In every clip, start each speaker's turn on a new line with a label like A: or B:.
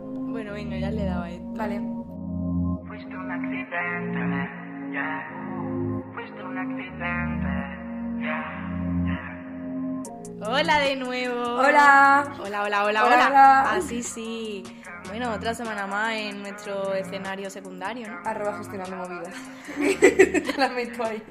A: bueno, ya le daba esto.
B: Vale.
C: Fuiste un accidente, ya. Fuiste un accidente, ya, ya.
A: Hola de nuevo.
B: Hola.
A: Hola, hola, hola,
B: Hola,
A: hola.
B: hola.
A: Así sí. Bueno, otra semana más en nuestro escenario secundario, ¿no?
B: Arroba gestionando movidas. La meto ahí.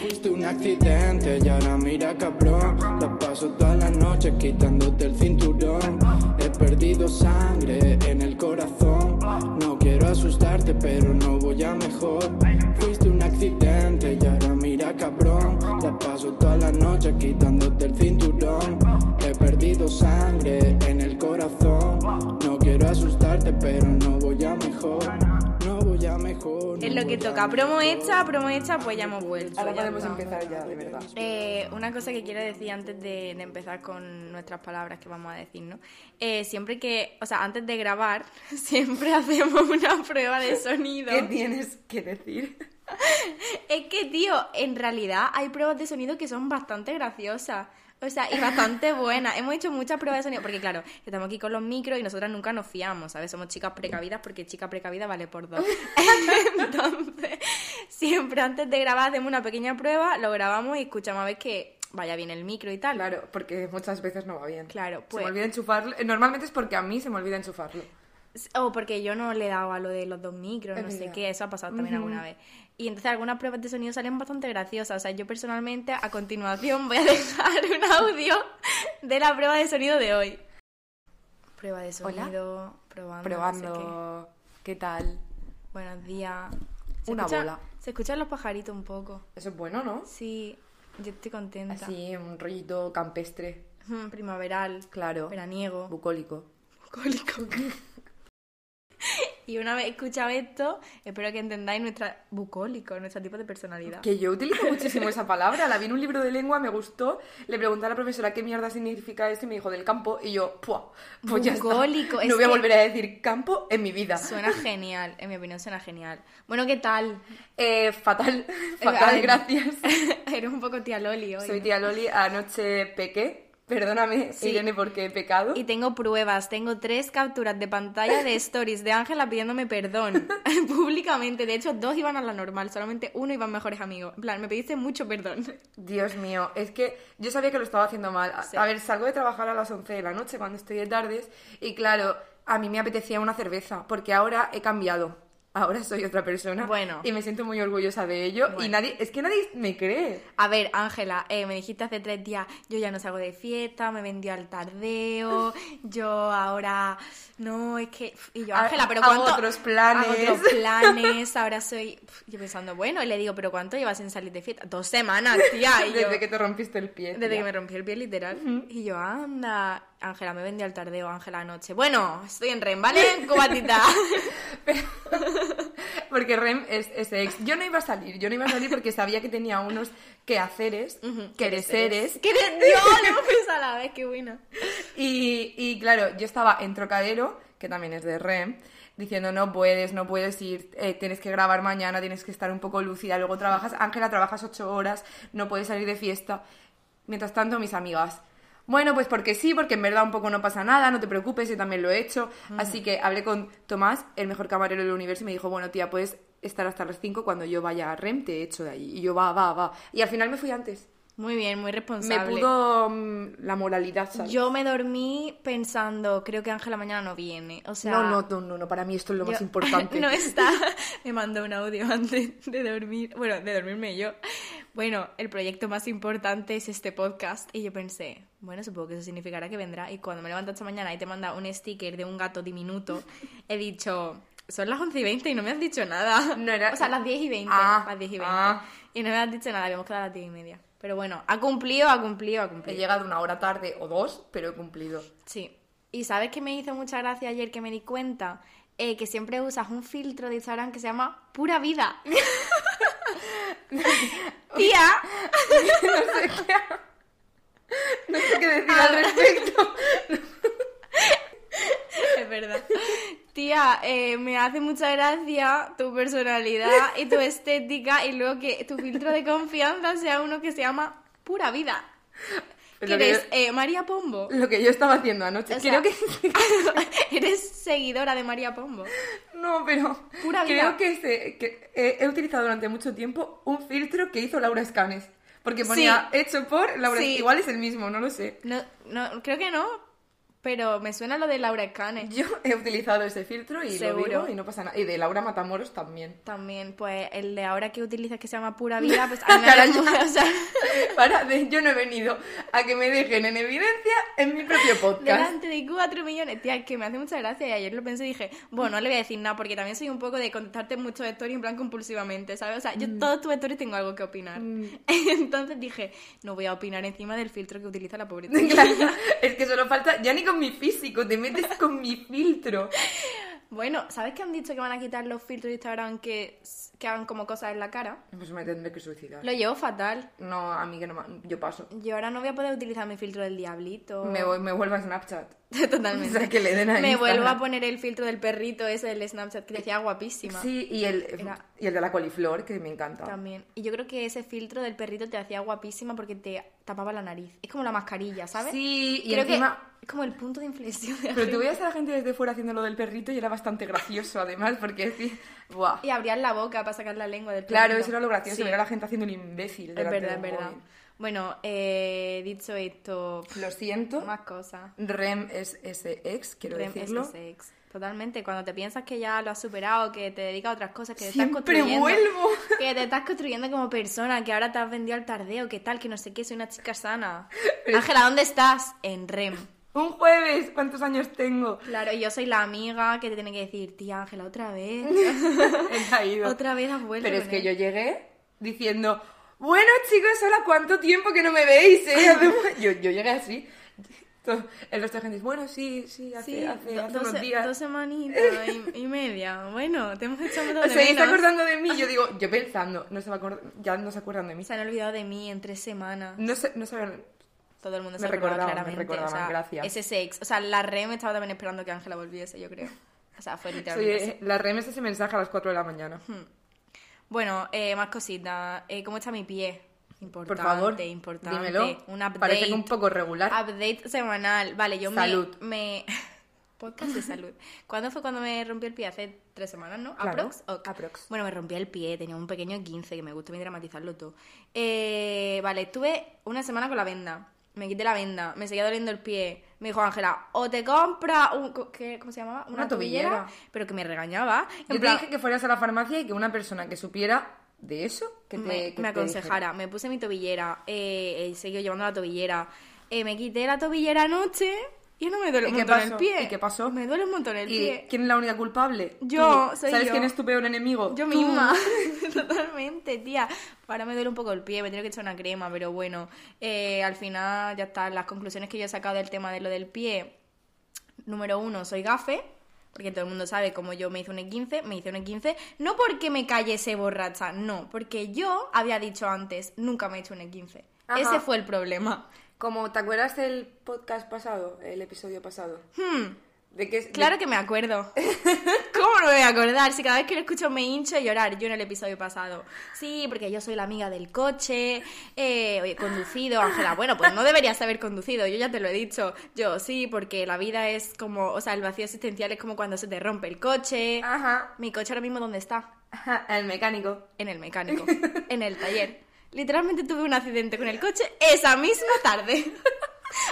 D: Fuiste un accidente y ahora mira cabrón Te paso toda la noche quitándote el cinturón He perdido sangre en el corazón No quiero asustarte pero no voy a mejor Fuiste un accidente y ahora mira cabrón Te paso toda la noche quitándote el cinturón He perdido sangre en el corazón No quiero asustarte pero no voy a mejor No voy a mejor no
A: Es lo que
D: voy a
A: toca. Promo hecha, promo hecha, pues ya hemos vuelto.
B: Ahora
A: ya
B: podemos
A: está.
B: empezar ya, de verdad.
A: Eh, una cosa que quiero decir antes de, de empezar con nuestras palabras que vamos a decir, ¿no? Eh, siempre que, o sea, antes de grabar, siempre hacemos una prueba de sonido.
B: ¿Qué tienes que decir?
A: Es que, tío, en realidad hay pruebas de sonido que son bastante graciosas. O sea, y bastante buenas. Hemos hecho muchas pruebas de sonido. Porque, claro, estamos aquí con los micros y nosotras nunca nos fiamos, ¿sabes? Somos chicas precavidas porque chica precavida vale por dos. Entonces, siempre antes de grabar hacemos una pequeña prueba, lo grabamos y escuchamos a ver que vaya bien el micro y tal.
B: Claro, porque muchas veces no va bien.
A: Claro,
B: Se
A: pues-
B: me olvida enchufarlo. eh, Normalmente es porque a mí se me olvida enchufarlo.
A: O oh, porque yo no le daba lo de los dos micros,
B: Es
A: no sé
B: verdad.
A: qué, eso ha pasado también alguna vez. Y entonces algunas pruebas de sonido salen bastante graciosas. O sea, yo personalmente a continuación voy a dejar un audio de la prueba de sonido de hoy. Prueba de
B: Hola.
A: sonido, probando. no sé
B: Probando. ¿Qué tal?
A: qué. Buenos días.
B: Una
A: escucha-
B: bola.
A: Se escuchan los pajaritos un poco.
B: Eso es bueno, ¿no?
A: Sí, yo estoy contenta.
B: Así, un rollito campestre.
A: Mm, Primaveral,
B: Claro.
A: veraniego.
B: Bucólico.
A: bucólico. Y una vez escuchado esto, espero que entendáis nuestra bucólico, nuestro tipo de personalidad.
B: Que yo utilizo muchísimo esa palabra. La vi en un libro de lengua, me gustó. Le pregunté a la profesora qué mierda significa esto y me dijo del campo. Y yo, ¡pua! Pues ya está.
A: Bucólico, es
B: No voy a
A: que-
B: volver a decir campo en mi vida.
A: Suena genial, en mi opinión suena genial. Bueno, ¿qué tal?
B: Eh, fatal.
A: Eh,
B: Fatal, gracias.
A: Eres un poco tía Loli hoy.
B: Soy
A: ¿no?
B: tía Loli, anoche pequé. Perdóname,
A: Sí.
B: Irene, porque he pecado.
A: Y tengo pruebas, tengo tres capturas de pantalla de stories de Ángela pidiéndome perdón públicamente. De hecho, dos iban a la normal, solamente uno iban mejores amigos. En plan, me pediste mucho perdón.
B: Dios mío, es que yo sabía que lo estaba haciendo mal. A-
A: Sí.
B: A ver, salgo de trabajar a las 11 de la noche cuando estoy de tardes y claro, a mí me apetecía una cerveza porque ahora he cambiado. Ahora soy otra persona
A: Bueno.
B: y me siento muy orgullosa de ello y
A: Bueno.
B: nadie, es que nadie me cree.
A: A ver, Ángela, eh, me dijiste hace tres días, yo ya no salgo de fiesta, me vendió al tardeo, yo ahora no, es que... Y yo,
B: Ha-
A: Ángela, pero
B: hago
A: ¿cuánto?
B: otros planes.
A: Hago otros planes, ahora soy... Yo pensando, bueno, y le digo, pero ¿cuánto llevas sin salir de fiesta? Dos semanas, tía. Y yo,
B: Desde que te rompiste el pie.
A: desde
B: tía.
A: que me rompí el pie, literal. Y yo, anda, Ángela, me vendió al tardeo, Ángela, anoche. Bueno, estoy en REN, ¿vale? Cubatita.
B: Porque Rem es, es ex. Yo no iba a salir, yo no iba a salir porque sabía que tenía unos quehaceres, quereseres,
A: ¡Qué de Dios! No pensaba a la vez, qué buena.
B: Y, y, claro, yo estaba en Trocadero, que también es de REM, diciendo no puedes, no puedes ir, eh, tienes que grabar mañana, tienes que estar un poco lúcida, luego trabajas, Ángela, trabajas ocho horas, no puedes salir de fiesta. Mientras tanto, mis amigas, bueno, pues porque sí, porque en verdad un poco no pasa nada, no te preocupes, yo también lo he hecho. Así que hablé con Tomás, el mejor camarero del universo, y me dijo, bueno, tía, puedes estar hasta las 5 cuando yo vaya a REM, te echo de allí. Y yo, va, va, va. Y al final me fui antes.
A: Muy bien, muy
B: Me
A: responsable.
B: pudo mm, la moralidad, ¿sabes?
A: Yo me dormí pensando, creo que Ángela mañana no viene. O sea,
B: No, no, no, no, no, para mí esto es lo más
A: yo-
B: importante.
A: no está. Me mandó un audio antes de dormir. Bueno, de dormirme yo. Bueno, el proyecto más importante es este podcast. Y yo pensé, bueno, supongo que eso significará que vendrá. Y cuando me levanto esta mañana y te manda un sticker de un gato diminuto, he dicho, son las 11 y 20 y no me has dicho nada.
B: No era-
A: O sea, las 10 y 20.
B: Ah,
A: las 10 y 20.
B: ah.
A: Y no me has dicho nada, habíamos quedado a las 10 y media. Pero bueno, ha cumplido, ha cumplido, ha
B: He
A: cumplido.
B: llegado una hora tarde o dos, pero he cumplido.
A: Sí. ¿Y sabes que me hizo mucha gracia ayer que me di cuenta? Eh, que siempre usas un filtro de Instagram que se llama Pura Vida. Tía,
B: No sé qué decir
A: Ah.
B: al respecto.
A: es verdad. Tía, eh, me hace mucha gracia tu personalidad y tu estética y luego que tu filtro de confianza sea uno que se llama Pura Vida.
B: lo que
A: ¿Quieres eh, María Pombo?
B: Lo que yo estaba haciendo anoche.
A: O sea,
B: creo que.
A: Eres seguidora de María Pombo.
B: No, pero.
A: Pura vida.
B: creo que, se- que, eh, he utilizado durante mucho tiempo un filtro que hizo Laura Escanes. Porque ponía hecho por Laura
A: Sí.
B: Igual es el mismo, no lo sé.
A: No, no, creo que no, pero me suena lo de Laura Escanes.
B: Yo he utilizado ese filtro y
A: Seguro.
B: lo digo y no pasa nada. Y de Laura Matamoros también.
A: También, pues el de ahora que utilizas que se llama Pura Vida, pues a mí me da
B: Caramba.
A: mucho- o sea,
B: Para, de- yo no he venido a que me dejen en evidencia en mi propio podcast.
A: delante de 4 millones. Tía, que me hace mucha gracia y ayer lo pensé y dije, bueno, no le voy a decir nada porque también soy un poco de contestarte muchos stories en plan compulsivamente, ¿sabes? O sea,
B: Mm.
A: yo todos tus stories tengo algo que opinar. Entonces dije, no voy a opinar encima del filtro que utiliza la pobre tía".
B: Claro, es que solo falta, ya ni con mi físico, te metes con mi filtro.
A: Bueno, ¿sabes que han dicho que van a quitar los filtros de Instagram que, que hagan como cosas en la cara?
B: Pues me tendré que suicidar.
A: Lo llevo fatal.
B: No, a mí que no, ma- yo paso.
A: Yo ahora no voy a poder utilizar mi filtro del diablito.
B: Me, voy, me vuelvo a Snapchat.
A: Totalmente.
B: O sea, que le den a
A: Me
B: Instagram.
A: vuelvo a poner el filtro del perrito ese del Snapchat que decía guapísima.
B: Sí, y el,
A: Era-
B: y el de la coliflor, que me encanta.
A: También. Y yo creo que ese filtro del perrito te hacía guapísima porque te tapaba la nariz. Es como la mascarilla, ¿sabes?
B: Sí, y
A: creo
B: encima...
A: que es como el punto de inflexión. de la
B: Pero tú
A: gente.
B: veías a la gente desde fuera haciendo lo del perrito y era bastante gracioso, además, porque sí... Buah.
A: Y abrías la boca para sacar la lengua del perrito.
B: Claro, eso era lo gracioso,
A: Sí,
B: ver a la gente haciendo el imbécil.
A: Es
B: delante
A: verdad, es
B: del
A: verdad.
B: móvil.
A: Bueno, eh, dicho esto,
B: Lo siento.
A: más cosas.
B: Rem es ese ex, quiero
A: Rem es
B: decirlo.
A: ese ex. Totalmente, cuando te piensas que ya lo has superado, que te dedicas a otras cosas, que te estás
B: Siempre
A: construyendo.
B: vuelvo.
A: Que te estás construyendo como persona, que ahora te has vendido al tardeo, que tal, que no sé qué, soy una chica sana.
B: Pero-
A: Ángela, ¿dónde estás? En REM.
B: Un jueves, ¿cuántos años tengo?
A: Claro, y yo soy la amiga que te tiene que decir, tía Ángela, otra vez.
B: He caído.
A: otra vez has vuelto.
B: Pero es
A: con
B: que
A: él".
B: yo llegué diciendo, bueno chicos, hola, ¿cuánto tiempo que no me veis? eh?" Hace un- yo, yo llegué así. Todo- El resto de gente dice, bueno, sí, sí, hace,
A: Sí,
B: hace,
A: do-
B: hace
A: dos,
B: unos
A: se-
B: días.
A: dos e-, semanitas y, y media. Bueno, te hemos echado
B: O
A: de
B: sea, y está
A: menos.
B: acordando de mí.
A: e-,
B: Yo digo, yo pensando, no se va a acordar- ya no se acuerdan de mí.
A: Se han olvidado de mí en tres semanas.
B: No se, no saben.
A: Todo el mundo
B: Me
A: se acordaba
B: recordaban, me
A: claramente.
B: recordaban,
A: o sea,
B: gracias.
A: Ese sex. O sea, la REM estaba también esperando que Ángela volviese, yo creo. O sea, fue
B: Soy,
A: literalmente.
B: eh, la rem es ese mensaje a las 4 de la mañana.
A: así. Bueno, eh, más cositas. Eh, ¿Cómo está mi pie? Importante,
B: Por favor,
A: importante.
B: dímelo.
A: Un update.
B: Parece que un poco regular.
A: Update semanal. Vale, yo me-
B: Salud.
A: me. Podcast de salud. ¿Cuándo fue cuando me rompí el pie? Hace tres semanas, ¿no?
B: Claro,
A: ¿Aprox? Ok.
B: aprox.
A: Bueno, me rompí el pie, tenía un pequeño 15, que me gusta bien dramatizarlo todo. Eh, vale, estuve una semana con la venda. Me quité la venda, me seguía doliendo el pie. Me dijo Ángela, o te compra un. co- ¿qué? ¿Cómo se llamaba?
B: Una tobillera.
A: Pero que me regañaba.
B: Yo
A: En
B: te
A: plan,
B: dije que fueras a la farmacia y que una persona que supiera de eso, que te,
A: me,
B: que
A: me
B: te dijera.
A: aconsejara. Me puse mi tobillera, eh, eh, seguí llevando la tobillera. Eh, me quité la tobillera anoche y no me duele
B: ¿Y
A: un
B: qué
A: montón el
B: pasó?
A: pie.
B: ¿Y qué pasó?
A: Me duele un montón el
B: ¿Y
A: pie.
B: quién es la única culpable?
A: Yo,
B: Tú.
A: soy
B: ¿Sabes
A: yo.
B: quién es tu peor enemigo?
A: Yo
B: Tú.
A: misma, totalmente, tía. Ahora me duele un poco el pie, me tengo que echar una crema, pero bueno, eh, al final ya está. Las conclusiones que yo he sacado del tema de lo del pie, número uno, soy gafe, porque todo el mundo sabe cómo yo me hice un E15, me hice un E15, no porque me cayese borracha, no, porque yo había dicho antes, nunca me he hecho un E15.
B: Ajá.
A: Ese fue el problema.
B: Como te acuerdas del podcast pasado, el episodio pasado.
A: Hmm.
B: De que
A: Claro que me acuerdo. ¿Cómo no me voy a acordar? Si cada vez que lo escucho me hincho a llorar, yo en el episodio pasado. Sí, porque yo soy la amiga del coche, eh, oye, conducido, Ángela. Bueno, pues no deberías haber conducido, yo ya te lo he dicho. Yo sí, porque la vida es como, o sea, el vacío existencial es como cuando se te rompe el coche.
B: Ajá.
A: Mi coche ahora mismo, ¿dónde está?
B: Ajá, El mecánico.
A: En el mecánico, en el taller. Literalmente tuve un accidente con el coche esa misma tarde.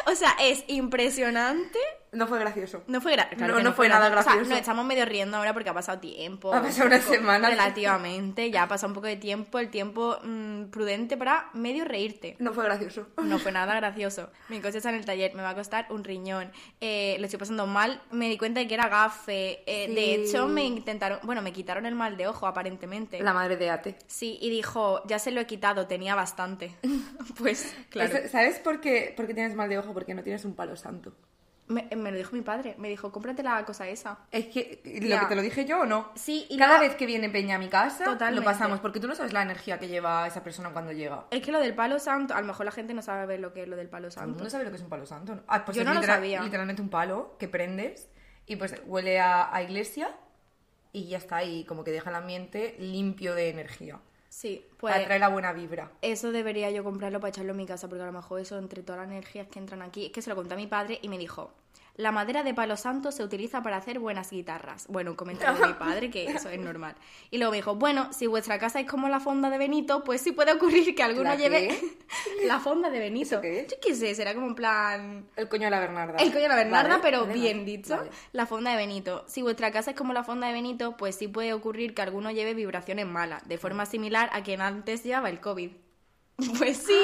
A: O sea, es impresionante
B: No fue gracioso.
A: no fue, gra- claro
B: No,
A: que
B: no fue nada
A: O sea,
B: gracioso.
A: nos estamos medio riendo ahora porque ha pasado tiempo.
B: Ha pasado una
A: Un poco-
B: semana.
A: Relativamente, ya ha pasado un poco de tiempo, el tiempo mm, prudente para medio reírte.
B: No fue gracioso.
A: No fue nada gracioso. Mi coche está en el taller, me va a costar un riñón. Eh, lo estoy pasando mal, me di cuenta de que era gafe. Eh,
B: Sí.
A: De hecho, me intentaron, bueno, me quitaron el mal de ojo aparentemente.
B: La madre de Ate.
A: Sí, y dijo, ya se lo he quitado, tenía bastante. pues, claro.
B: Eso- ¿Sabes por qué, por qué tienes mal de ojo? Porque no tienes un palo santo.
A: Me, me lo dijo mi padre, me dijo, cómprate la cosa esa.
B: Es que lo
A: Ya.
B: que te lo dije yo o no.
A: Sí, y
B: cada
A: luego-
B: vez que viene Peña a mi casa
A: Totalmente.
B: lo pasamos porque tú no sabes la energía que lleva esa persona cuando llega.
A: Es que lo del palo santo, a lo mejor la gente no sabe lo que es lo del palo
B: Todo el
A: santo.
B: mundo sabe lo que es un palo santo. ¿no? Ah, pues
A: Yo
B: es
A: no lo sabía.
B: Literalmente un palo que prendes y pues huele a, a iglesia y ya está. Y como que deja el ambiente limpio de energía.
A: Sí, pues
B: Para traer la buena vibra.
A: eso debería yo comprarlo para echarlo en mi casa, porque a lo mejor eso, entre todas las energías que entran aquí, es que se lo conté a mi padre y me dijo, la madera de palo santo se utiliza para hacer buenas guitarras. Bueno, un comentario de mi padre, que eso es normal. Y luego me dijo, bueno, si vuestra casa es como la fonda de Benito, pues sí puede ocurrir que alguno
B: ¿La
A: lleve la fonda de Benito.
B: ¿Eso qué es?
A: Yo qué sé, será como en plan...
B: El coño de la Bernarda.
A: El coño de la Bernarda,
B: Vale,
A: pero
B: vale,
A: bien
B: vale,
A: dicho.
B: vale.
A: La fonda de Benito. Si vuestra casa es como la fonda de Benito, pues sí puede ocurrir que alguno lleve vibraciones malas, de forma similar a quien antes llevaba el COVID. Pues sí,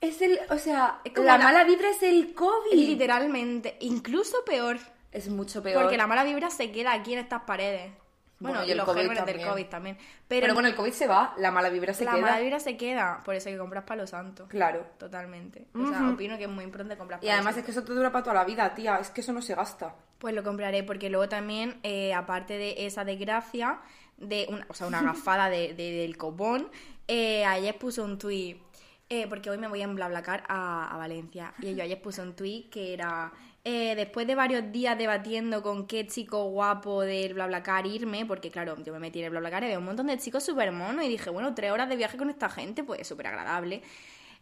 B: Es el, o sea,
A: como
B: la
A: la-
B: mala vibra es el COVID.
A: literalmente. Incluso peor,
B: Es mucho peor.
A: porque la mala vibra se queda aquí en estas paredes. Bueno,
B: Bueno, y
A: y
B: el
A: los
B: COVID
A: gérmenes del
B: también.
A: COVID también. Pero,
B: Pero con el COVID se va, la mala vibra se
A: la
B: queda.
A: mala vibra se queda, por eso hay que compras palo santo.
B: Claro.
A: Totalmente. O sea, opino que es muy importante comprar
B: Y
A: palo
B: además
A: santo.
B: es que eso te dura para toda la vida, tía. Es que eso no se gasta.
A: Pues lo compraré porque luego también, eh, aparte de esa desgracia, de una, o sea, una gafada de, de- del copón, eh, ayer puso un tuit, eh, porque hoy me voy a emblacar a, a Valencia, y yo ayer puso un tuit que era, eh, después de varios días debatiendo con qué chico guapo del BlaBlaCar irme, porque claro, yo me metí en el BlaBlaCar y había un montón de chicos súper monos, y dije, bueno, tres horas de viaje con esta gente, pues es súper agradable.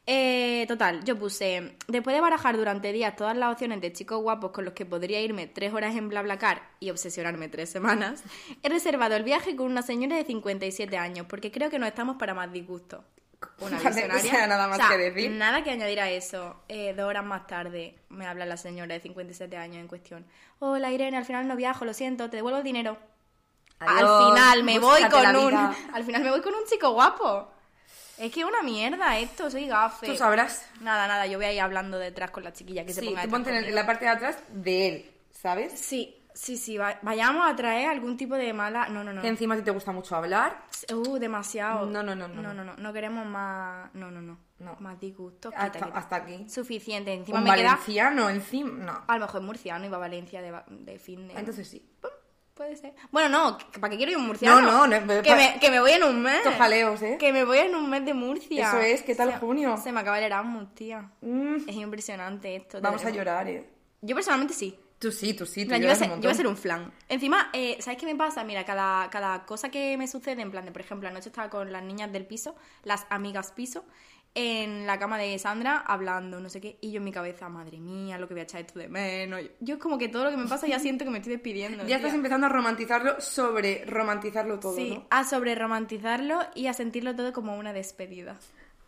A: Eh, total, yo puse, después de barajar durante días todas las opciones de chicos guapos con los que podría irme tres horas en BlaBlaCar y obsesionarme tres semanas, he reservado el viaje con una señora de 57 años, porque creo que no estamos para más disgusto. Una
B: Vale, o
A: visionaria.
B: sea, nada más
A: O sea,
B: que decir.
A: Nada que añadir a eso. Eh, dos horas más tarde me habla la señora de 57 años en cuestión. Hola Irene, al final no viajo, lo siento, te devuelvo el dinero.
B: Adiós,
A: al final me voy
B: búscate
A: con
B: la
A: un...
B: vida.
A: Al final me voy con un chico guapo. Es que es una mierda esto, soy gafe.
B: Tú sabrás.
A: Nada, nada, yo voy a ir hablando detrás con la chiquilla que se
B: Sí,
A: ponga
B: tú
A: detrás
B: ponte en, el- en
A: conmigo.
B: la parte de atrás de él, ¿sabes?
A: Sí, sí, sí, va- vayamos a traer algún tipo de mala... No, no, no.
B: Que encima a ti te gusta mucho hablar.
A: Uh, demasiado.
B: No, no, no, no,
A: No, no, no, no queremos más... No, no, no.
B: No.
A: Más disgustos.
B: Hasta-
A: quita, quita.
B: hasta aquí.
A: Suficiente. Encima
B: Un
A: me queda...
B: valenciano, encima. No.
A: A lo mejor murciano iba a Valencia de, va- de fin de...
B: Entonces sí.
A: Bueno, Puede ser. Bueno, no, que- ¿para qué quiero ir a un murciano?
B: No, no, no,
A: que,
B: pa-
A: me, que me voy en un mes.
B: Estos jaleos, ¿eh?
A: Que me voy en un mes de Murcia.
B: Eso es, ¿qué tal
A: Se-
B: junio?
A: Se me acaba el Erasmus, tía.
B: Mm,
A: Es impresionante esto. de
B: vamos a
A: verdad.
B: llorar, ¿eh?
A: Yo personalmente sí.
B: Tú sí, tú sí,
A: En
B: tú
A: plan, yo, voy a
B: lloras
A: ser, yo
B: un
A: voy a
B: montón.
A: ser un flan. Encima, eh, ¿sabes qué me pasa? Mira, cada, cada cosa que me sucede, en plan de, por ejemplo, anoche estaba con las niñas del piso, las amigas piso, en la cama de Sandra hablando, no sé qué, y yo en mi cabeza, madre mía, lo que voy a echar esto de menos. Yo, yo es como que todo lo que me pasa ya siento que me estoy despidiendo.
B: Ya
A: tía.
B: estás empezando a romantizarlo sobre romantizarlo todo,
A: Sí,
B: ¿no?
A: a sobre romantizarlo y a sentirlo todo como una despedida.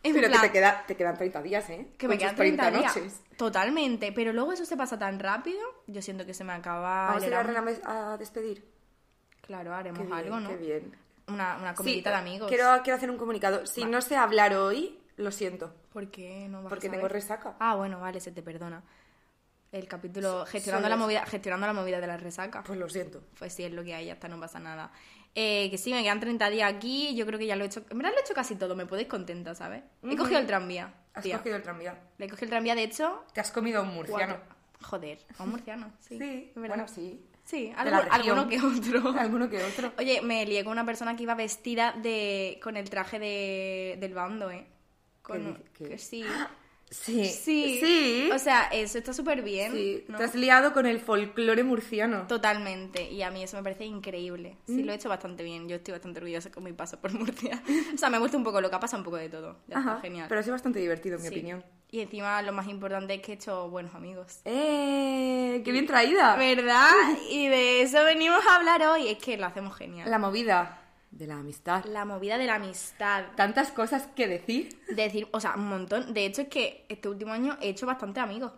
A: En
B: Pero que
A: plan,
B: te, queda, te quedan 30 días, ¿eh?
A: que me
B: Con tus
A: quedan 30, días.
B: noches.
A: Totalmente, pero luego eso se pasa tan rápido, yo siento que se me acaba
B: Vamos a
A: el
B: ir a
A: Erasmus.
B: Rename- a despedir.
A: Claro, haremos
B: Qué bien,
A: algo, ¿no?
B: Qué bien.
A: Una, una comidita
B: Sí,
A: de amigos.
B: Quiero, quiero hacer un comunicado. Si no sé hablar hoy, lo siento.
A: ¿Por qué no vas
B: Porque
A: a
B: tengo
A: ver?
B: resaca.
A: Ah, bueno, vale, se te perdona. El capítulo gestionando
B: solo
A: la
B: eso.
A: movida, gestionando la movida de la resaca.
B: Pues lo siento.
A: Pues sí, es lo que hay, hasta no pasa nada. Eh, que sí, me quedan 30 días aquí, yo creo que ya lo he hecho. En verdad lo he hecho casi todo, me podéis contenta, ¿sabes? He cogido el tranvía.
B: Has
A: tía.
B: cogido el tranvía.
A: Le cogí el tranvía, de hecho.
B: Te has comido un murciano.
A: cuatro- Joder, a un murciano, sí.
B: Sí,
A: es verdad.
B: bueno, sí.
A: Sí,
B: De la
A: algo- alguno que
B: región.
A: otro.
B: Alguno que otro.
A: Oye, me lié con una persona que iba vestida de con el traje de, del bando, ¿eh? Con,
B: dices? ¿Qué?
A: que sí.
B: Sí.
A: Sí.
B: Sí.
A: O sea, eso está súper bien.
B: Sí.
A: ¿no?
B: Te has liado con el folclore murciano.
A: Totalmente. Y a mí eso me parece increíble. Sí,
B: Mm.
A: lo he hecho bastante bien. Yo estoy bastante orgullosa con mi paso por Murcia. o sea, me gusta un poco lo que ha pasado, un poco de todo. Ya
B: Ajá.
A: está genial.
B: Pero ha sido bastante divertido, en mi
A: Sí.
B: opinión.
A: Y encima lo más importante es que he hecho buenos amigos.
B: ¡Eh! ¡Qué bien traída!
A: ¿Verdad? Y de eso venimos a hablar hoy. Es que lo hacemos genial.
B: La movida de la amistad.
A: La movida de la amistad.
B: Tantas cosas que decir.
A: Decir, o sea, un montón. De hecho, es que este último año he hecho bastante amigos.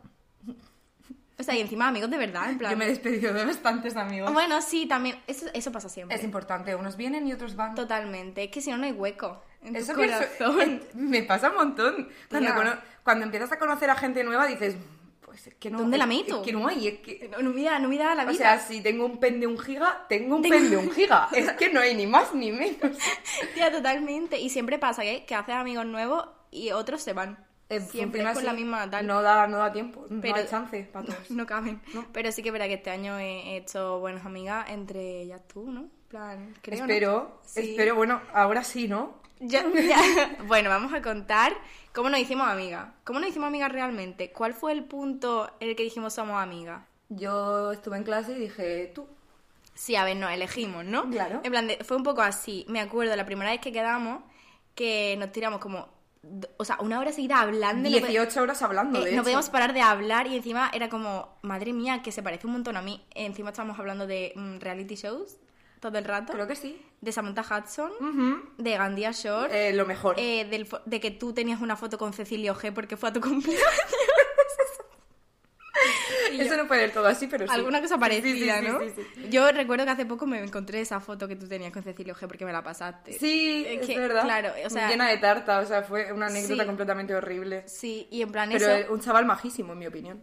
A: O sea, y encima amigos de verdad, en plan.
B: Yo me he despedido de bastantes amigos.
A: Bueno, sí, también. Eso, eso pasa siempre.
B: Es importante, unos vienen y otros van.
A: Totalmente. Es que si no, no hay hueco en tu
B: pienso-
A: corazón.
B: me pasa un montón. Cuando,
A: Tía.
B: cono- cuando empiezas a conocer a gente nueva dices, pues es que no.
A: ¿Dónde la
B: es-
A: meto?
B: Es que no hay, es que-
A: No, no me da, no me da la
B: O
A: vida.
B: sea, si tengo un pen de un giga, tengo un
A: Tengo-
B: pen de un giga. Es que no hay ni más ni menos.
A: Tía, totalmente. Y siempre pasa ¿eh? que, que haces amigos nuevos y otros se van.
B: Eh,
A: siempre
B: funciona
A: es con la
B: así.
A: misma tal.
B: No da, no da tiempo, no
A: Pero-
B: hay chance para todos.
A: No caben. Pero sí que es verdad que este año he hecho buenas amigas entre ellas tú, ¿no? En plan, creo, ¿no?
B: espero,
A: Sí.
B: espero, bueno, ahora sí, ¿no?
A: Ya- ya. Bueno, vamos a contar cómo nos hicimos amigas. ¿Cómo nos hicimos amigas realmente? ¿Cuál fue el punto en el que dijimos somos amigas?
B: Yo estuve en clase y dije, tú,
A: Sí, a ver, nos elegimos, ¿no?
B: Claro.
A: En plan, de- fue un poco así. Me acuerdo la primera vez que quedamos que nos tiramos como, d- o sea, una hora seguida hablando. y no pod-
B: 18 horas hablando
A: eh,
B: de
A: no
B: eso.
A: podíamos parar de hablar y encima era como, madre mía, que se parece un montón a mí. Encima estábamos hablando de mm, reality shows todo el rato,
B: Creo Mm. que sí.
A: de Samantha Hudson,
B: Ujú.
A: de Gandia Shore,
B: Eh, lo mejor.
A: eh, del fo- de que tú tenías una foto con Cecilio G porque fue a tu cumpleaños. y
B: eso
A: yo-
B: no puede ser todo así, pero sí.
A: Alguna cosa parecida,
B: sí, sí,
A: ¿no?
B: sí, sí,
A: Yo recuerdo que hace poco me encontré esa foto que tú tenías con Cecilio G porque me la pasaste.
B: Sí,
A: Eh,
B: es
A: que,
B: verdad.
A: Claro, o sea,
B: Llena de tarta, o sea, fue una anécdota
A: Sí.
B: completamente horrible.
A: sí, y en plan
B: Pero
A: eso
B: eh, un chaval majísimo, en mi opinión.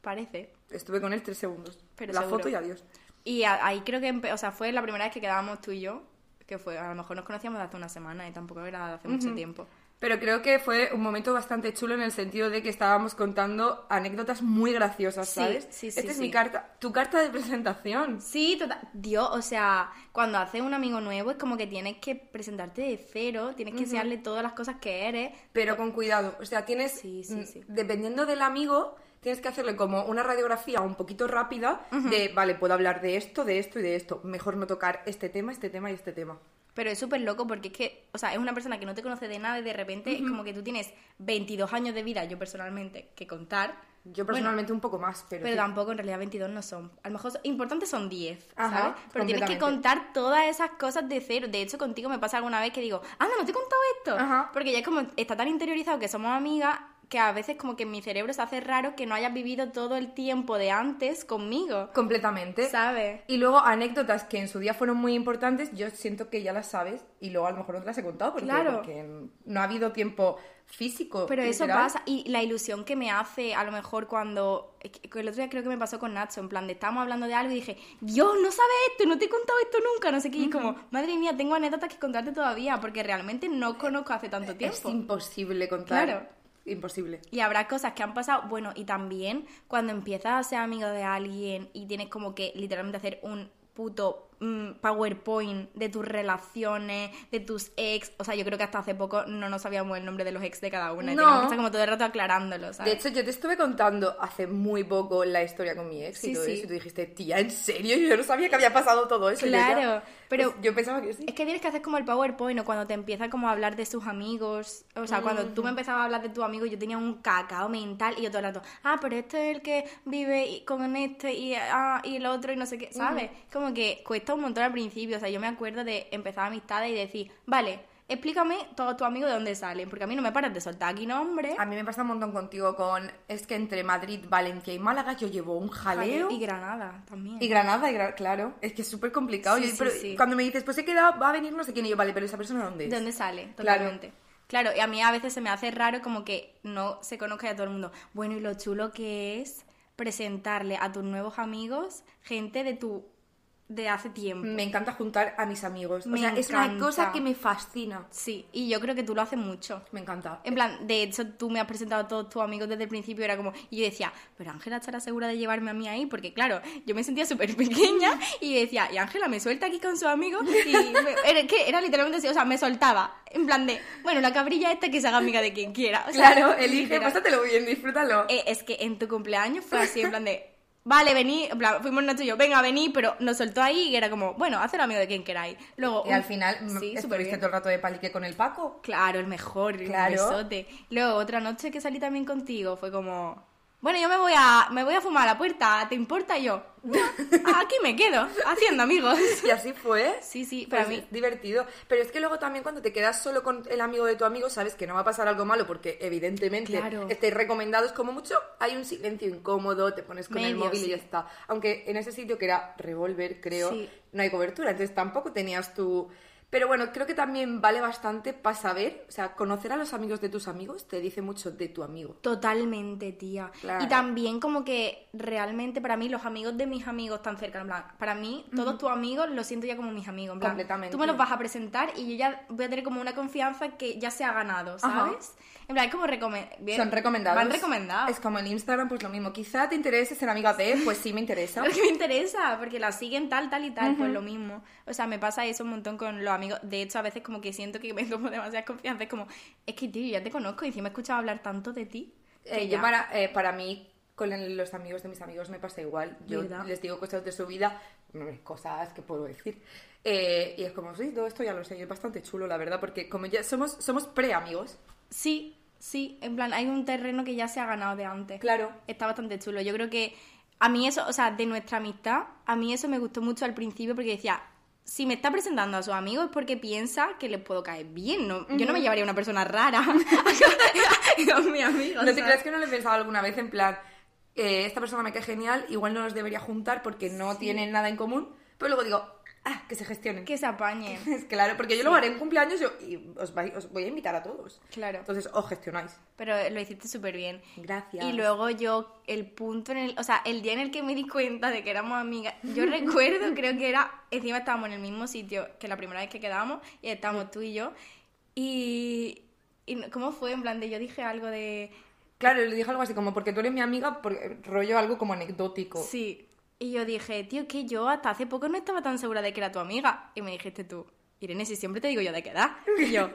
A: parece.
B: Estuve con él tres segundos.
A: Pero
B: la
A: seguro.
B: foto y adiós.
A: Y a- ahí creo que, empe- o sea, fue la primera vez que quedábamos tú y yo, que fue, a lo mejor nos conocíamos de hace una semana y tampoco era de hace mucho tiempo.
B: Pero creo que fue un momento bastante chulo en el sentido de que estábamos contando anécdotas muy graciosas,
A: Sí,
B: ¿sabes?
A: sí, sí,
B: Esta es
A: sí.
B: mi carta, tu carta de presentación.
A: Sí, total. Dios, o sea, cuando haces un amigo nuevo es como que tienes que presentarte de cero, tienes que enseñarle todas las cosas que eres.
B: Pero con cuidado, o sea, tienes,
A: Sí, sí,
B: mm,
A: sí.
B: dependiendo del amigo, tienes que hacerle como una radiografía un poquito rápida de, vale, puedo hablar de esto, de esto y de esto. Mejor no tocar este tema, este tema y este tema.
A: Pero es súper loco porque es que, o sea, es una persona que no te conoce de nada y de repente es como que tú tienes 22 años de vida, yo personalmente, que contar.
B: Yo
A: Bueno,
B: personalmente un poco más, pero...
A: Pero
B: sí.
A: tampoco, en realidad 22 no son. A lo mejor son- importantes son 10,
B: Ajá,
A: ¿sabes? Pero tienes que
B: completamente.
A: contar todas esas cosas de cero. De hecho, contigo me pasa alguna vez que digo, anda, no te he contado esto.
B: Ajá.
A: Porque ya es como, está tan interiorizado que somos amigas que a veces como que en mi cerebro se hace raro que no hayas vivido todo el tiempo de antes conmigo,
B: Completamente.
A: ¿sabes?
B: Y luego anécdotas que en su día fueron muy importantes, yo siento que ya las sabes y luego a lo mejor no te las he contado porque,
A: Claro.
B: porque no ha habido tiempo físico.
A: Pero eso
B: literal.
A: pasa, y la ilusión que me hace a lo mejor cuando. es que El otro día creo que me pasó con Nacho, en plan de estábamos hablando de algo y dije, Dios, no sabes esto, no te he contado esto nunca, no sé qué. Y es como, madre mía, tengo anécdotas que contarte todavía, porque realmente no conozco hace tanto
B: Es
A: tiempo.
B: imposible contar.
A: Claro.
B: Imposible.
A: Y habrá cosas que han pasado, bueno, y también cuando empiezas a ser amigo de alguien y tienes como que literalmente hacer un puto mm, PowerPoint de tus relaciones, de tus ex, o sea, yo creo que hasta hace poco no nos sabíamos el nombre de los ex de cada una, y
B: No.
A: teníamos que estar como todo el rato aclarándolo, ¿sabes?
B: De hecho, yo te estuve contando hace muy poco la historia con mi ex
A: Sí,
B: y todo
A: sí.
B: eso, y tú dijiste, tía, ¿en serio? Yo no sabía que había pasado todo eso. Y yo ya-
A: Claro, pero-
B: pues, yo pensaba que sí.
A: Es que tienes que hacer como el PowerPoint o cuando te empieza como a hablar de sus amigos. O sea, cuando tú me empezabas a hablar de tu amigo, yo tenía un cacao mental y yo todo el rato, ah, pero este es el que vive y- con este y, ah, y el otro y no sé qué, ¿sabes? Como que cuesta un montón al principio. O sea, yo me acuerdo de empezar amistades y decir, vale, explícame todos tus amigos de dónde salen, porque a mí no me paras de soltar aquí nombres.
B: A mí me pasa un montón contigo con, es que entre Madrid, Valencia y Málaga yo llevo un jaleo.
A: Y Granada también.
B: Y Granada, y Gra- claro, es que es súper complicado.
A: Sí,
B: Yo-
A: sí,
B: pero
A: sí.
B: Cuando me dices, pues he quedado, va a venir no sé quién, y yo, vale, pero esa persona dónde es.
A: ¿De dónde sale?
B: Claro.
A: Totalmente. Claro. y a mí a veces se me hace raro como que no se conozca a todo el mundo. Bueno, y lo chulo que es presentarle a tus nuevos amigos gente de tu de hace tiempo.
B: Me encanta juntar a mis amigos.
A: Me
B: o sea, es una
A: encanta.
B: cosa que me fascina.
A: Sí, y yo creo que tú lo haces mucho.
B: Me encanta.
A: En plan, de hecho, tú me has presentado a todos tus amigos desde el principio, era como, y yo decía, pero Ángela estará segura de llevarme a mí ahí, porque claro, yo me sentía súper pequeña y decía, y Ángela me suelta aquí con su amigo, y me- era, que era literalmente así, o sea, me soltaba, en plan de, bueno, la cabrilla esta que se haga amiga de quien quiera. o sea,
B: Claro, elige,
A: literal.
B: pásatelo bien, disfrútalo.
A: Eh, es que en tu cumpleaños fue así, en plan de, vale, vení, en plan, fuimos Nacho y yo, venga, vení, pero nos soltó ahí y era como, bueno, hacer amigo de quien queráis. Luego,
B: y
A: un-
B: al final, m-
A: sí, súper
B: estuviste
A: bien.
B: todo el rato de palique con el Paco.
A: Claro, el mejor,
B: Claro.
A: el besote. Luego, otra noche que salí también contigo, fue como... Bueno, yo me voy a, me voy a fumar a la puerta, ¿te importa? Y yo, "No, aquí me quedo, haciendo amigos.
B: Y así fue.
A: Sí, sí, para
B: Pues
A: mí.
B: es divertido. Pero es que luego también cuando te quedas solo con el amigo de tu amigo, sabes que no va a pasar algo malo porque evidentemente
A: Claro.
B: estáis recomendados como mucho. Hay un silencio incómodo, te pones con el
A: Medio,
B: móvil
A: sí.
B: y ya está. Aunque en ese sitio que era Revolver, creo,
A: Sí.
B: no hay cobertura, entonces tampoco tenías tu... Pero bueno, creo que también vale bastante para saber, o sea, conocer a los amigos de tus amigos te dice mucho de tu amigo.
A: Totalmente, tía.
B: Claro.
A: Y también como que realmente para mí los amigos de mis amigos tan cerca, en plan, para mí todos tus amigos los siento ya como mis amigos, en plan,
B: Completamente.
A: tú me los vas a presentar y yo ya voy a tener como una confianza que ya se ha ganado,
B: Ajá.
A: ¿sabes? En plan, es como recome- bien-
B: Son recomendados.
A: Van recomendados.
B: Es como en Instagram, pues lo mismo. Quizá te interese ser amiga de, pues sí me interesa.
A: Porque me interesa, porque la siguen tal, tal y tal, pues lo mismo. O sea, me pasa eso un montón con los amigos. De hecho, a veces como que siento que me tomo demasiada confianza. Es como, es que tío, yo ya te conozco y encima he escuchado hablar tanto de ti. que
B: Eh,
A: ya.
B: yo para, eh, para mí Con el- los amigos de mis amigos me pasa igual. Yo
A: ¿Verdad?
B: les digo cosas de su vida, mm, cosas que puedo decir. Eh, y es como, sí, todo esto ya lo sé. y es bastante chulo, la verdad, porque como ya somos, somos pre-amigos.
A: Sí, sí, en plan, hay un terreno que ya se ha ganado de antes.
B: Claro.
A: Está bastante chulo. Yo creo que a mí eso, o sea, de nuestra amistad, a mí eso me gustó mucho al principio porque decía, si me está presentando a sus amigos es porque piensa que les puedo caer bien. ¿no? Yo no me llevaría a una persona rara con mi amigo.
B: ¿No te
A: ¿sabes?
B: crees que no lo he pensado alguna vez en plan, eh, esta persona me cae genial, igual no los debería juntar porque no tienen nada en común? Pero luego digo, ah, que se gestionen.
A: Que se apañe.
B: Es claro, porque yo lo haré en cumpleaños yo- y os, vai- os voy a invitar a todos.
A: Claro.
B: Entonces, os gestionáis.
A: Pero lo hiciste súper bien.
B: Gracias.
A: Y luego yo, el punto en el, o sea, el día en el que me di cuenta de que éramos amigas, yo recuerdo, creo que era, encima estábamos en el mismo sitio que la primera vez que quedábamos, y estábamos tú y yo, y, y no- ¿cómo fue? En plan de, yo dije algo de,
B: Claro, le dije algo así como, porque tú eres mi amiga, porque- rollo algo como anecdótico.
A: sí, y yo dije, tío, que yo hasta hace poco no estaba tan segura de que era tu amiga, y me dijiste tú, Irene, si siempre te digo yo de qué edad, y yo...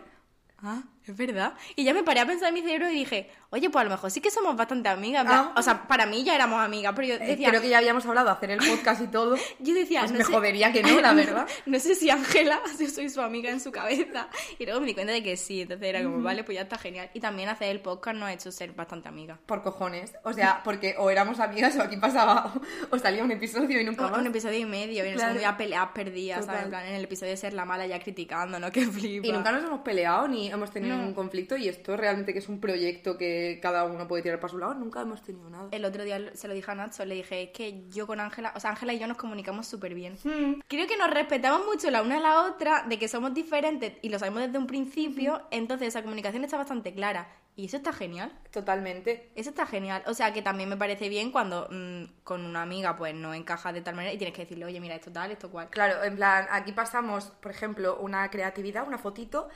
A: Ah, es verdad. Y ya me paré a pensar en mi cerebro y dije, oye, pues a lo mejor sí que somos bastante amigas. en plan-
B: Ah.
A: O sea, para mí ya éramos amigas, pero yo
B: Eh,
A: decía,
B: Creo que ya habíamos hablado, hacer el podcast y todo.
A: Yo decía,
B: Pues
A: no
B: me
A: sé-
B: jodería que no, la verdad.
A: No, sé si Ángela, yo soy su amiga en su cabeza. Y luego me di cuenta de que sí, entonces era como, vale, pues ya está genial. Y también hacer el podcast nos ha hecho ser bastante amigas.
B: Por cojones. O sea, porque o éramos amigas o aquí pasaba, o, salía un episodio y nunca
A: Un,
B: más.
A: un episodio y medio, y en el
B: Claro.
A: segundo ya peleas perdidas, ¿sabes?
B: Total.
A: En plan, en el episodio de ser la mala ya criticando, ¿no? Que flipa.
B: Y nunca nos hemos peleado ni hemos tenido ningún conflicto y esto realmente que es un proyecto que cada uno puede tirar para su lado, nunca hemos tenido nada.
A: El otro día se lo dije a Nacho, le dije, es que yo con Ángela, o sea, Ángela y yo nos comunicamos súper bien.
B: Hmm.
A: Creo que nos respetamos mucho la una a la otra, de que somos diferentes y lo sabemos desde un
B: Hmm.
A: principio, entonces esa comunicación está bastante clara. Y eso está genial.
B: Totalmente.
A: Eso está genial. O sea, que también me parece bien cuando mm, con una amiga pues no encaja de tal manera y tienes que decirle, oye, mira, esto tal, esto cual.
B: Claro, en plan, aquí pasamos, por ejemplo, una creatividad, una fotito,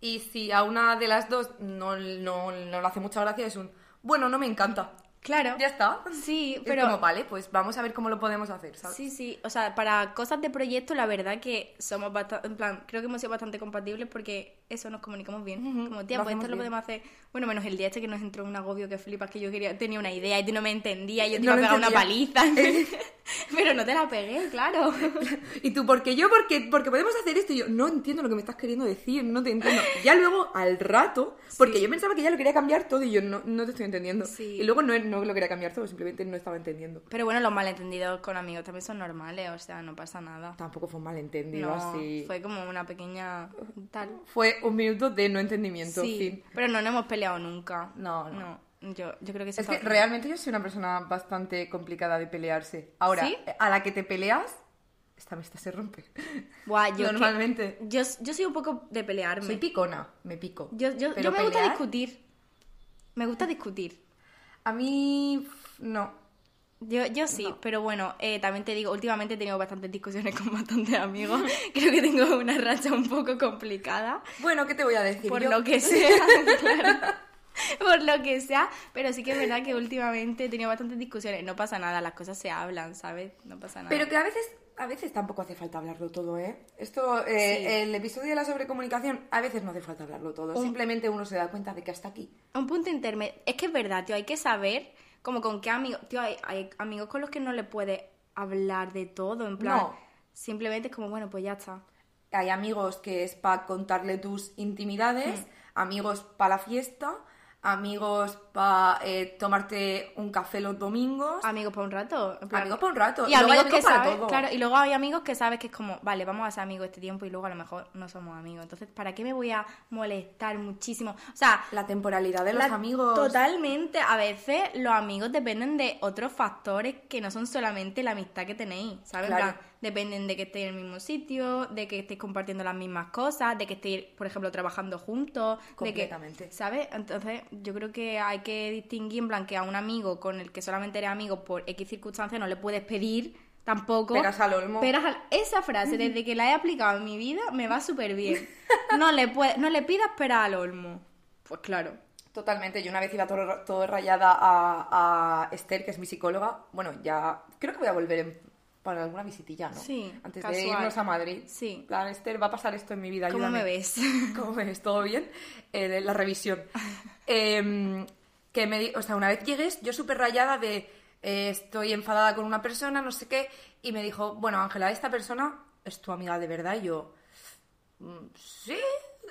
B: y si a una de las dos no, no, no le hace mucha gracia, es un, bueno, no me encanta.
A: Claro.
B: Ya está.
A: Sí,
B: Es
A: pero...
B: como, vale, pues vamos a ver cómo lo podemos hacer, ¿sabes?
A: Sí, sí. O sea, para cosas de proyecto, la verdad que somos bastante... En plan, creo que hemos sido bastante compatibles porque eso, nos comunicamos bien.
B: Ujú,
A: Como, tía,
B: lo
A: pues esto lo
B: hacemos bien.
A: podemos hacer... Bueno, menos el día este que nos entró un agobio que flipas, que yo quería... Tenía una idea y tú no me entendías y yo te
B: No Eh.
A: iba a
B: lo
A: pegar una
B: entendía.
A: paliza. pero no te la pegué, claro.
B: Y tú, porque yo, porque, porque podemos hacer esto. Y yo, no entiendo lo que me estás queriendo decir, no te entiendo. Ya luego, al rato, porque yo pensaba que ya lo quería cambiar todo y yo, no, no te estoy entendiendo.
A: Sí.
B: Y luego no, no lo quería cambiar todo, simplemente no estaba entendiendo.
A: Pero bueno, los malentendidos con amigos también son normales, o sea, no pasa nada.
B: Tampoco fue un malentendido
A: No,
B: así. Fue...
A: fue como una pequeña tal.
B: un minuto de no entendimiento,
A: Sí,
B: fin.
A: pero no nos hemos peleado nunca.
B: No, no.
A: yo, yo creo que eso
B: Es que
A: está-
B: realmente yo soy una persona bastante complicada de pelearse. Ahora,
A: ¿Sí?
B: a la que te peleas, esta amistad se rompe.
A: Buah, Ah, yo que-
B: Normalmente.
A: yo, yo soy un poco de pelearme.
B: Soy picona, me pico.
A: yo yo,
B: Pero
A: yo me gusta
B: pelear,
A: discutir. Me gusta discutir.
B: A mí, no.
A: Yo, yo sí, pero bueno, eh, también te digo, últimamente he tenido bastantes discusiones con bastantes amigos. Creo que tengo una racha un poco complicada.
B: Bueno, ¿qué te voy a decir?
A: por
B: Yo-
A: lo que sea, claro. Por lo que sea, pero sí que es verdad que últimamente he tenido bastantes discusiones. No pasa nada, las cosas se hablan, ¿sabes? No pasa nada.
B: Pero que a veces, a veces tampoco hace falta hablarlo todo, ¿eh? Esto, eh,
A: Sí.
B: el episodio de la sobrecomunicación, a veces no hace falta hablarlo todo. Simplemente uno se da cuenta de que hasta aquí.
A: Un punto intermedio. Es que es verdad, tío, hay que saber como con qué amigos. Tío, hay, hay amigos con los que no le puedes hablar de todo, en plan.
B: No.
A: Simplemente es como, bueno, pues ya está.
B: Hay amigos que es para contarle tus intimidades,
A: Mm.
B: amigos para la fiesta, amigos para tomarte un café los domingos.
A: Amigos para un rato. en plan-
B: Amigos pa' un rato,
A: Y
B: y luego hay
A: amigos que
B: amigos para
A: sabes,
B: todo.
A: claro, y luego hay amigos que sabes que es como, vale, vamos a ser amigos este tiempo y luego a lo mejor no somos amigos. Entonces, ¿para qué me voy a molestar muchísimo? O sea,
B: La temporalidad de los
A: La-
B: amigos.
A: Totalmente. A veces los amigos dependen de otros factores que no son solamente la amistad que tenéis, ¿sabes? En
B: Claro.
A: plan, dependen de que estéis en el mismo sitio, de que estéis compartiendo las mismas cosas, de que estéis, por ejemplo, trabajando juntos. De
B: Completamente.
A: que, ¿Sabes? Entonces, yo creo que hay que distinguir, en plan, que a un amigo con el que solamente eres amigo por X circunstancias no le puedes pedir tampoco.
B: Peras al olmo.
A: Peras al- Esa frase, desde que la he aplicado en mi vida, me va súper bien. No le, puede- no le pidas peras al olmo. Pues claro.
B: Totalmente, yo una vez iba todo, todo rayada a, a Esther, que es mi psicóloga. Bueno, ya creo que voy a volver en- para alguna visitilla, ¿no?
A: Sí,
B: Antes de
A: casual.
B: irnos a Madrid.
A: Sí.
B: En plan, Esther, va a pasar esto en mi vida.
A: ¿Cómo
B: ayúdame".
A: me ves?
B: ¿Cómo me ves? ¿Todo bien? Eh, de la revisión. Em, que me di- o sea, una vez llegues, yo súper rayada de eh, estoy enfadada con una persona, no sé qué, y me dijo, bueno, Ángela, esta persona es tu amiga de verdad, y yo, "Mm, sí,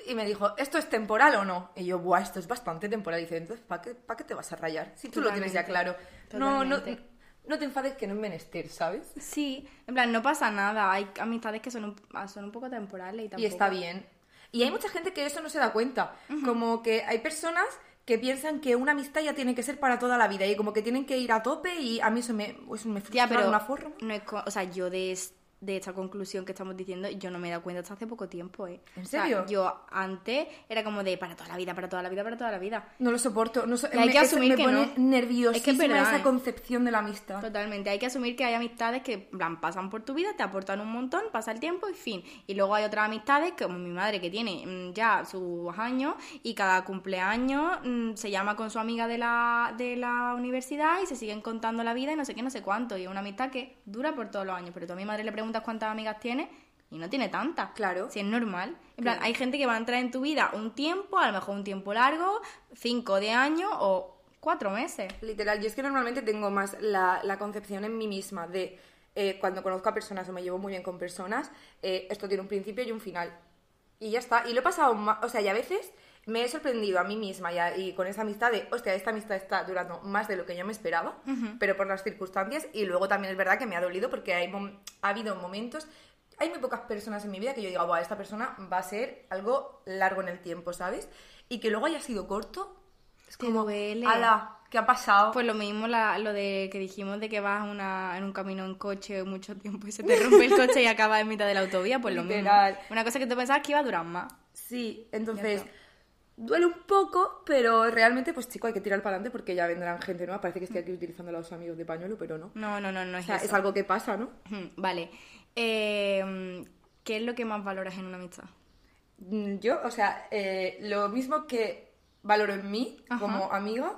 B: y me dijo, ¿esto es temporal o no? Y yo, buah, esto es bastante temporal, y dice, entonces, ¿para qué, pa' qué te vas a rayar? Si tú lo tienes ya claro.
A: Totalmente,
B: No, no,
A: totalmente.
B: no te enfades que no es menester, ¿sabes?
A: Sí, en plan, no pasa nada. Hay amistades que son un, ah, son un poco temporales y tampoco.
B: Y está bien. Y hay mucha gente que eso no se da cuenta. Como que hay personas que piensan que una amistad ya tiene que ser para toda la vida y como que tienen que ir a tope y a mí eso me, eso me frustra
A: Tía, pero
B: de una forma.
A: no es co- o sea, yo de, es- de esta conclusión que estamos diciendo, yo no me he dado cuenta hasta hace poco tiempo, ¿eh?
B: ¿En
A: O sea,
B: serio?
A: yo antes era como de para toda la vida, para toda la vida, para toda la vida.
B: No lo soporto. No so-
A: Que hay
B: me,
A: que
B: eso
A: asumir
B: me
A: que
B: pone
A: no.
B: nerviosísima
A: Es que es verdad,
B: esa
A: ¿eh?
B: concepción de la amistad.
A: Totalmente, hay que asumir que hay amistades que en plan, pasan por tu vida, te aportan un montón, pasa el tiempo y fin. Y luego hay otras amistades, como mi madre que tiene mm, ya sus años y cada cumpleaños mm, se llama con su amiga de la, de la universidad y se siguen contando la vida y no sé qué, no sé cuánto. Y es una amistad que dura por todos los años, pero tú a mi madre le preguntas cuántas amigas tiene. Y no tiene tantas.
B: Claro.
A: Si es normal. En plan, hay gente que va a entrar en tu vida un tiempo, a lo mejor un tiempo largo, cinco de años o cuatro meses.
B: Literal, yo es que normalmente tengo más la, la concepción en mí misma de eh, cuando conozco a personas o me llevo muy bien con personas, eh, esto tiene un principio y un final. Y ya está. Y lo he pasado ma- O sea, y a veces me he sorprendido a mí misma y, a- y con esa amistad de, hostia, esta amistad está durando más de lo que yo me esperaba, pero por las circunstancias. Y luego también es verdad que me ha dolido porque hay mom- ha habido momentos. Hay muy pocas personas en mi vida que yo diga, Buah, esta persona va a ser algo largo en el tiempo, ¿sabes? Y que luego haya sido corto. Es
A: Te
B: como,
A: duele.
B: ala, ¿qué ha pasado?
A: Pues lo mismo la- lo de que dijimos de que vas a una- en un camino en coche mucho tiempo y se te rompe el coche y acabas en mitad de la autovía, pues lo
B: Literal.
A: mismo. Una cosa que tú pensabas que iba a durar más.
B: Sí, entonces
A: Ya está.
B: duele un poco, pero realmente, pues chico, hay que tirar para adelante porque ya vendrán gente nueva. Parece que estoy aquí utilizando a los amigos de pañuelo, pero no.
A: No, no, no, no
B: O
A: es
B: sea,
A: eso.
B: es algo que pasa, ¿no?
A: Ujú, Vale. Eh, ¿Qué es lo que más valoras en una amistad?
B: Mm, Yo, o sea, eh, lo mismo que valoro en mí
A: Ajá.
B: como amiga,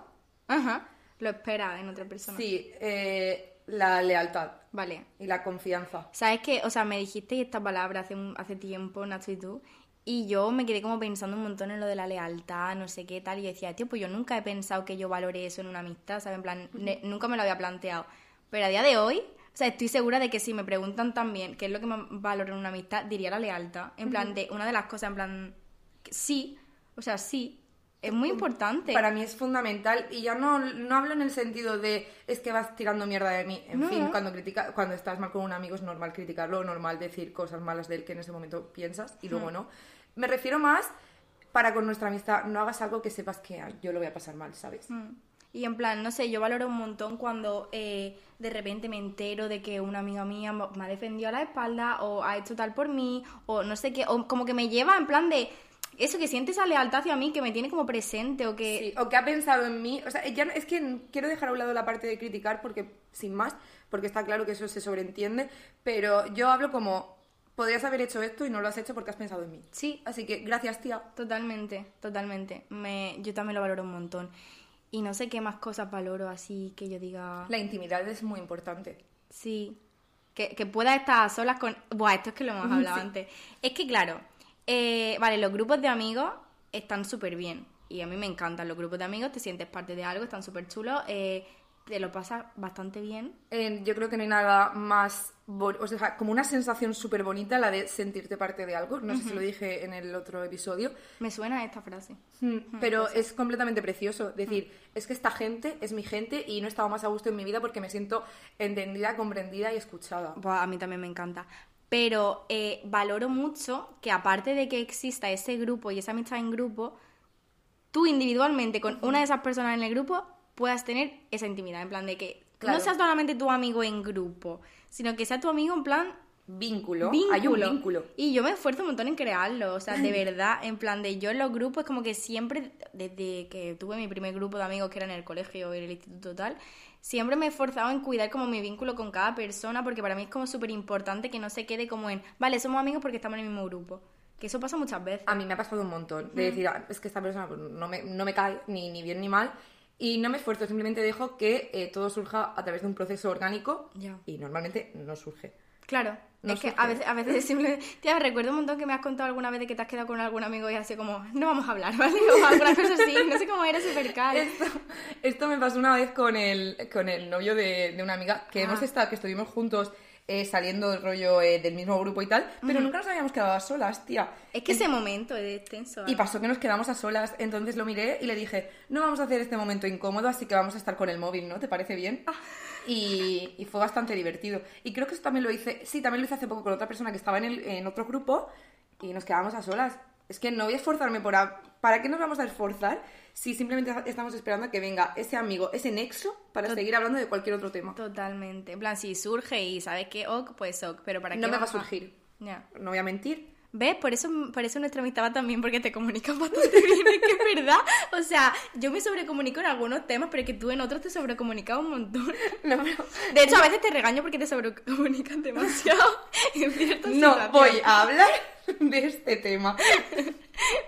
A: Ajá. Lo esperas en otra persona.
B: sí, eh, la lealtad
A: Vale.
B: y la confianza.
A: ¿Sabes qué? O sea, me dijiste esta palabra hace, un- hace tiempo, Nacho y tú, y yo me quedé como pensando un montón en lo de la lealtad, no sé qué tal, y yo decía, tío, pues yo nunca he pensado que yo valore eso en una amistad, ¿sabes? En plan, ne- nunca me lo había planteado. Pero a día de hoy, o sea, estoy segura de que si me preguntan también qué es lo que más valoro en una amistad, diría la lealtad. En plan, de una de las cosas, en plan, que sí, o sea, sí, es muy importante.
B: Para mí es fundamental y ya no, no hablo en el sentido de es que vas tirando mierda de mí. En
A: No.
B: fin, cuando, critica, cuando estás mal con un amigo es normal criticarlo, normal decir cosas malas de él que en ese momento piensas y luego no. Me refiero más para con nuestra amistad, no hagas algo que sepas que "Ay, yo lo voy a pasar mal, ¿sabes?
A: Mm. Y en plan, no sé, yo valoro un montón cuando eh, de repente me entero de que una amiga mía mo- me ha defendido a la espalda o ha hecho tal por mí o no sé qué, o como que me lleva en plan de eso que siente esa lealtad hacia mí, que me tiene como presente o que...
B: Sí, o que ha pensado en mí. O sea, ya no- es que quiero dejar a un lado la parte de criticar porque, sin más, porque está claro que eso se sobreentiende, pero yo hablo como, podrías haber hecho esto y no lo has hecho porque has pensado en mí.
A: Sí.
B: Así que gracias, tía.
A: Totalmente, totalmente. Me, yo también lo valoro un montón. Y no sé qué más cosas valoro así que yo diga...
B: La intimidad es muy importante.
A: Sí. Que, que pueda estar a solas con. Buah, esto es que lo hemos hablado
B: Sí.
A: antes. Es que, claro, eh, vale, los grupos de amigos están súper bien. Y a mí me encantan los grupos de amigos, te sientes parte de algo, están súper chulos, eh, te lo pasas bastante bien.
B: Eh, yo creo que no hay nada más, bon- o sea, como una sensación súper bonita la de sentirte parte de algo. No sé si lo dije en el otro episodio,
A: Me suena esta frase.
B: Mm, pero es completamente precioso. Decir, es que esta gente es mi gente y no he estado más a gusto en mi vida porque me siento entendida, comprendida y escuchada.
A: Buah, a mí también me encanta. Pero eh, valoro mucho que aparte de que exista ese grupo y esa amistad en grupo, tú individualmente con una de esas personas en el grupo puedas tener esa intimidad. En plan de que
B: Claro.
A: no seas solamente tu amigo en grupo, sino que sea tu amigo en plan
B: Vínculo.
A: vínculo.
B: Hay un vínculo.
A: Y yo me esfuerzo un montón en crearlo, o sea, de verdad, en plan de yo en los grupos, como que siempre, desde que tuve mi primer grupo de amigos que era en el colegio y en el instituto tal, siempre me he esforzado en cuidar como mi vínculo con cada persona, porque para mí es como súper importante que no se quede como en, vale, somos amigos porque estamos en el mismo grupo. Que eso pasa muchas veces.
B: A mí me ha pasado un montón. De decir, "Ah, es que esta persona pues, no, me, no me cae ni, ni bien ni mal. Y no me esfuerzo, simplemente dejo que eh, todo surja a través de un proceso orgánico.
A: Ya.
B: Y normalmente no surge.
A: Claro.
B: No
A: es que
B: surge.
A: a veces, a veces simplemente... Tía, recuerdo un montón que me has contado alguna vez de que te has quedado con algún amigo y así como, no vamos a hablar, ¿vale? O alguna cosa así, no sé cómo era súper caro.
B: Esto, esto me pasó una vez con el, con el novio de, de una amiga que
A: Ah.
B: hemos estado, que estuvimos juntos eh, saliendo del rollo eh, del mismo grupo y tal, pero nunca nos habíamos quedado a solas, tía.
A: Es que ese momento es tenso.
B: Y pasó que nos quedamos a solas, entonces lo miré y le dije, no vamos a hacer este momento incómodo, así que vamos a estar con el móvil, ¿no? ¿Te parece bien? Y, y fue bastante divertido. Y creo que eso también lo hice, sí, también lo hice hace poco con otra persona que estaba en, el- en otro grupo y nos quedábamos a solas. Es que no voy a esforzarme por... a- ¿Para qué nos vamos a esforzar si simplemente estamos esperando a que venga ese amigo, ese nexo, para seguir hablando de cualquier otro tema?
A: Totalmente. En plan, si surge y sabes que ok, pues ok, pero para
B: No
A: qué
B: me va a
A: vamos
B: surgir.
A: Ya.
B: No voy a mentir.
A: ¿Ves? Por eso, por eso nuestra amistad va tan bien, porque te comunicas bastante bien, es que es verdad. O sea, yo me sobrecomunico en algunos temas, pero es que tú en otros te sobrecomunicas un montón.
B: No, pero-
A: De hecho, a veces te regaño porque te sobrecomunicas demasiado en ciertas
B: no
A: situaciones.
B: voy a hablar de este tema.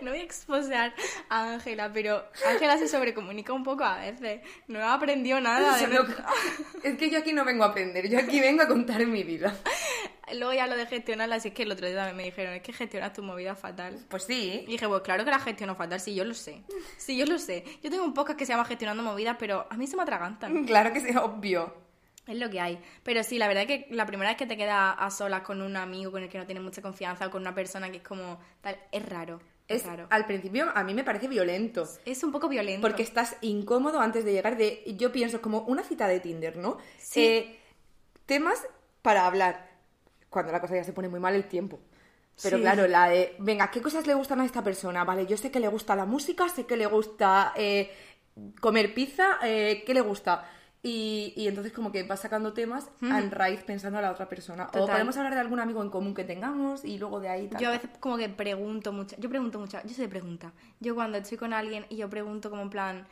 A: No voy a exposar a Ángela, pero Ángela se sobrecomunica un poco a veces. No ha aprendido nada. De
B: Solo-
A: verdad.
B: Es que yo aquí no vengo a aprender, yo aquí vengo a contar mi vida.
A: Luego ya lo de gestionar, así que el otro día también me dijeron, es que gestionas tu movida fatal. Y
B: Pues sí.
A: dije, pues claro que la gestiono fatal, sí, yo lo sé. Sí, yo lo sé. Yo tengo un podcast que se llama Gestionando Movidas, pero a mí se me atragantan.
B: Claro que es obvio.
A: Es lo que hay. Pero sí, la verdad es que la primera vez que te quedas a solas con un amigo con el que no tienes mucha confianza o con una persona que es como tal, es raro. Es,
B: Es,
A: raro.
B: al principio a mí me parece violento.
A: Es un poco violento.
B: Porque estás incómodo antes de llegar de. Yo pienso como una cita de Tinder, ¿no?
A: Sí.
B: Eh, temas para hablar. Cuando la cosa ya se pone muy mal el tiempo. Pero
A: Sí.
B: claro, la de. Venga, ¿qué cosas le gustan a esta persona? Vale, yo sé que le gusta la música, sé que le gusta eh, comer pizza, eh, ¿qué le gusta? Y, y entonces como que vas sacando temas en raíz pensando a la otra persona. O
A: Mm. Total.
B: podemos hablar de algún amigo en común que tengamos y luego de ahí tal.
A: Yo a
B: tal.
A: veces como que pregunto mucho, yo pregunto mucho, yo soy de pregunta. Yo cuando estoy con alguien y yo pregunto como en plan,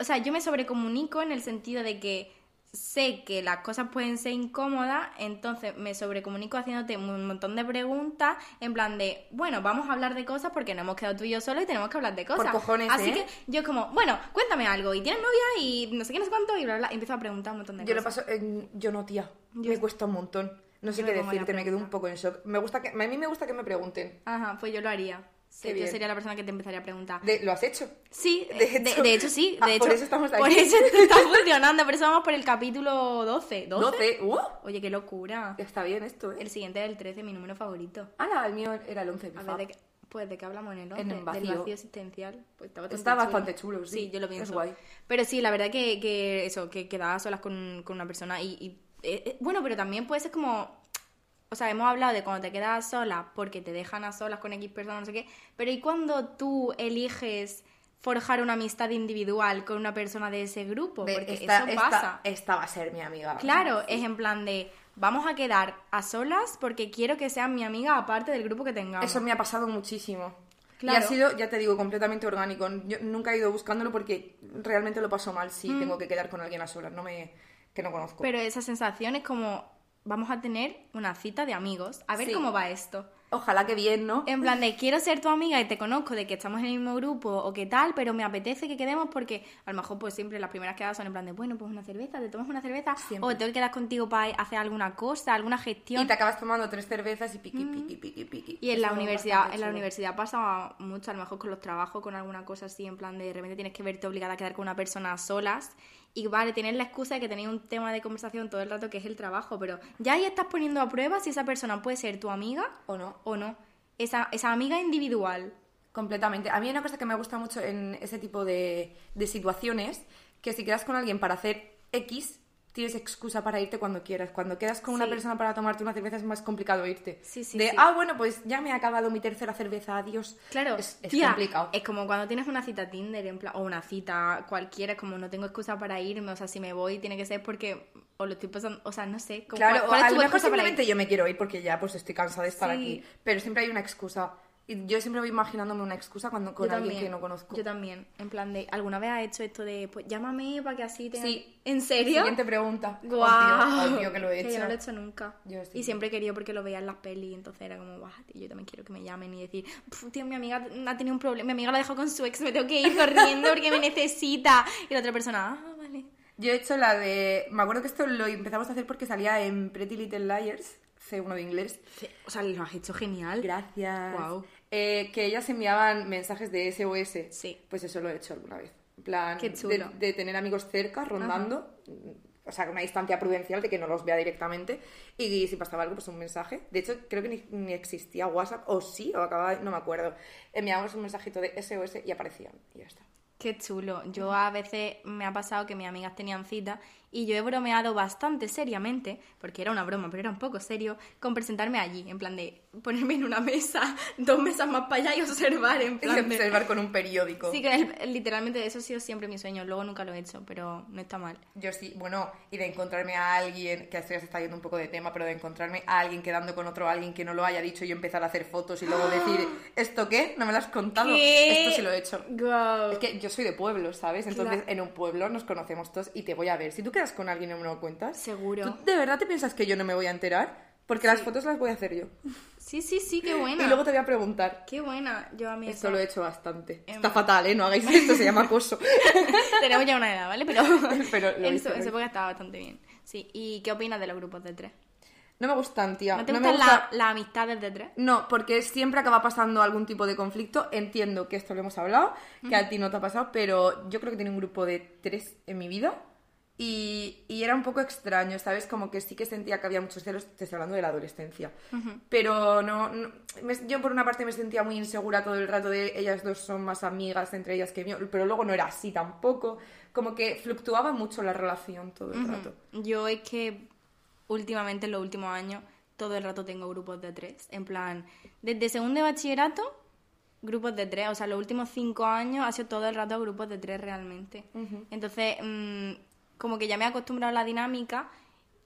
A: o sea, yo me sobrecomunico en el sentido de que sé que las cosas pueden ser incómodas, entonces me sobrecomunico haciéndote un montón de preguntas en plan de, bueno, vamos a hablar de cosas porque no hemos quedado tú y yo solos y tenemos que hablar de cosas.
B: cojones,
A: Así
B: ¿eh?
A: que yo es como, bueno, cuéntame algo y tienes novia y no sé qué, no sé cuánto y bla, bla, bla. Y empiezo a preguntar un montón de
B: Yo lo
A: cosas.
B: paso, eh, yo no, tía.
A: Yo-
B: me cuesta un montón. No sé
A: Yo
B: qué
A: me pongo la
B: decirte, me quedo un
A: pregunta.
B: poco en shock. Me gusta que, a mí me gusta que me pregunten.
A: Ajá, pues yo lo haría. Sí,
B: Qué
A: yo
B: bien.
A: sería la persona que te empezaría a preguntar.
B: De- ¿Lo has hecho?
A: Sí, de
B: De
A: de- de
B: hecho-
A: hecho, sí.
B: Ah,
A: de hecho,
B: por eso estamos aquí.
A: Por eso esto está funcionando. Por eso vamos por el capítulo 12. ¿12?
B: 12. ¡Uh!
A: Oye, qué locura.
B: Ya está bien esto, ¿eh?
A: El siguiente es el 13, mi número favorito.
B: Ala, el mío era el 11.
A: A ver,
B: fab.
A: de qué, pues de qué hablamos en el 11.
B: En el vacío.
A: Del vacío existencial. Pues está bastante,
B: Está
A: chulo.
B: bastante chulo, sí.
A: yo lo
B: Es
A: pienso.
B: guay.
A: Pero sí, la verdad que, que eso, que quedaba solas con, con una persona y... y- eh, eh, bueno, pero también puede ser como... O sea, hemos hablado de cuando te quedas sola porque te dejan a solas con X personas, no sé qué. Pero ¿y cuando tú eliges forjar una amistad individual con una persona de ese grupo?
B: Ve,
A: Porque
B: esta,
A: eso
B: esta-
A: pasa.
B: esta va a ser mi amiga.
A: Claro, es en plan de... Vamos a quedar a solas porque quiero que seas mi amiga aparte del grupo que tengamos.
B: Eso me ha pasado muchísimo.
A: Claro.
B: Y ha sido, ya te digo, completamente orgánico. Yo nunca he ido buscándolo porque realmente lo paso mal si tengo que quedar con alguien a solas, no me, que no conozco.
A: Mm. Pero esa sensación es como, vamos a tener una cita de amigos, a ver
B: Sí.
A: cómo va esto.
B: Ojalá que bien, ¿no?
A: En plan de, quiero ser tu amiga y te conozco, de que estamos en el mismo grupo o qué tal, pero me apetece que quedemos porque a lo mejor pues siempre las primeras quedadas son en plan de, bueno, pues una cerveza, te tomas una cerveza
B: Siempre.
A: o tengo que quedar contigo para hacer alguna cosa, alguna gestión.
B: Y te acabas tomando tres cervezas y piqui, piqui, piqui, piqui.
A: Y en
B: Eso
A: la
B: es
A: universidad,
B: bastante
A: en la
B: chulo.
A: universidad pasa mucho, a lo mejor con los trabajos, con alguna cosa así, en plan de, de repente tienes que verte obligada a quedar con una persona a solas. Y vale, tenéis la excusa de que tenéis un tema de conversación todo el rato que es el trabajo, pero ya ahí estás poniendo a prueba si esa persona puede ser tu amiga
B: ¿O no?
A: o no. Esa, esa amiga individual.
B: Completamente. A mí hay una cosa que me gusta mucho en ese tipo de, de situaciones, que si quedas con alguien para hacer X, tienes excusa para irte cuando quieras. Cuando quedas con una
A: Sí.
B: persona para tomarte una cerveza es más complicado irte.
A: Sí, sí,
B: De,
A: sí.
B: ah, bueno, pues ya me ha acabado mi tercera cerveza, adiós. Eh,
A: Claro,
B: Es, es
A: tía,
B: complicado.
A: Es como cuando tienes una cita Tinder en plan, o una cita cualquiera, es como no tengo excusa para irme, o sea, si me voy tiene que ser porque o lo estoy pasando, o sea, no sé. como,
B: Claro,
A: ¿cuál- cuál es
B: a
A: tu
B: lo mejor
A: excusa para ir?
B: simplemente yo me quiero ir porque ya pues estoy cansada de estar
A: Sí.
B: aquí. Pero siempre hay una excusa. Y yo siempre voy imaginándome una excusa cuando con
A: Yo
B: alguien
A: también,
B: que no conozco.
A: Yo también. En plan de, ¿alguna vez has hecho esto de, pues llámame para que así te...
B: Sí.
A: ¿En serio?
B: Siguiente pregunta.
A: Guau.
B: Obvio, obvio que lo he
A: yo
B: hecho.
A: no lo he hecho nunca.
B: Yo sí.
A: Y siempre he querido porque lo veía en las pelis, entonces era como, guau, tío, yo también quiero que me llamen y decir, "Pf, tío, mi amiga ha tenido un problema, mi amiga la dejó con su ex, me tengo que ir corriendo porque me necesita. Y la otra persona, ah, vale.
B: Yo he hecho la de. Me acuerdo que esto lo empezamos a hacer porque salía en Pretty Little Liars. C1 de inglés.
A: O sea, lo has hecho genial.
B: Gracias.
A: Guau.
B: Eh, que ellas enviaban mensajes de SOS.
A: Sí.
B: Pues eso lo he hecho alguna vez. En plan,
A: Qué chulo.
B: De, de tener amigos cerca, rondando. O sea, con una distancia prudencial de que no los vea directamente. Y si pasaba algo, pues un mensaje. De hecho, creo que ni, ni existía WhatsApp. O sí, o acababa, no me acuerdo. Enviábamos un mensajito de SOS y aparecían. Y ya está.
A: Qué chulo. Yo a veces me ha pasado que mis amigas tenían cita y yo he bromeado bastante seriamente, porque era una broma, pero era un poco serio, con presentarme allí, en plan de ponerme en una mesa, dos mesas más para allá y observar, en
B: Es
A: plan de...
B: observar con un periódico.
A: Sí, que el- literalmente eso ha sido siempre mi sueño, luego nunca lo he hecho, pero no está mal.
B: Yo sí, bueno, y de encontrarme a alguien, que esto ya se está yendo un poco de tema, pero de encontrarme a alguien quedando con otro alguien que no lo haya dicho y yo empezar a hacer fotos y luego decir, ¿esto qué? ¿No me lo has contado?
A: ¿Qué?
B: Esto sí lo he hecho.
A: Guau.
B: Es que yo soy de pueblo, ¿sabes? Entonces
A: Claro.
B: en un pueblo nos conocemos todos y te voy a ver. Si tú quedas con alguien y no me lo cuentas,
A: Seguro.
B: ¿tú de verdad te piensas que yo no me voy a enterar? Porque las fotos las voy a hacer yo.
A: Ah. Sí, sí, sí, qué buena.
B: Y luego te voy a preguntar.
A: Qué buena. Yo a mí
B: Esto
A: eso-
B: lo he hecho bastante.
A: Em-
B: Está fatal, ¿eh? No hagáis esto, se llama acoso.
A: Tenemos ya una edad, ¿vale? Pero,
B: Pero lo
A: en
B: hice,
A: su, en
B: lo
A: su
B: hice.
A: época estaba bastante bien. Sí, ¿y qué opinas de los grupos de tres?
B: No me gustan, tía.
A: ¿No te
B: me
A: gustan la-
B: gusta-
A: las amistades de tres?
B: No, porque siempre acaba pasando algún tipo de conflicto. Entiendo que esto lo hemos hablado, que a ti no te ha pasado, pero yo creo que tiene un grupo de tres en mi vida. Y, y era un poco extraño, ¿sabes? Como que sí que sentía que había muchos celos, te estoy hablando de la adolescencia. Pero no, no- me- yo por una parte me sentía muy insegura todo el rato de ellas dos son más amigas entre ellas que yo, pero luego no era así tampoco. Como que fluctuaba mucho la relación todo el rato.
A: Yo es que últimamente, en los últimos años, todo el rato tengo grupos de tres. En plan, desde segundo de bachillerato, grupos de tres. O sea, los últimos cinco años ha sido todo el rato grupos de tres realmente. Entonces, mm, como que ya me he acostumbrado a la dinámica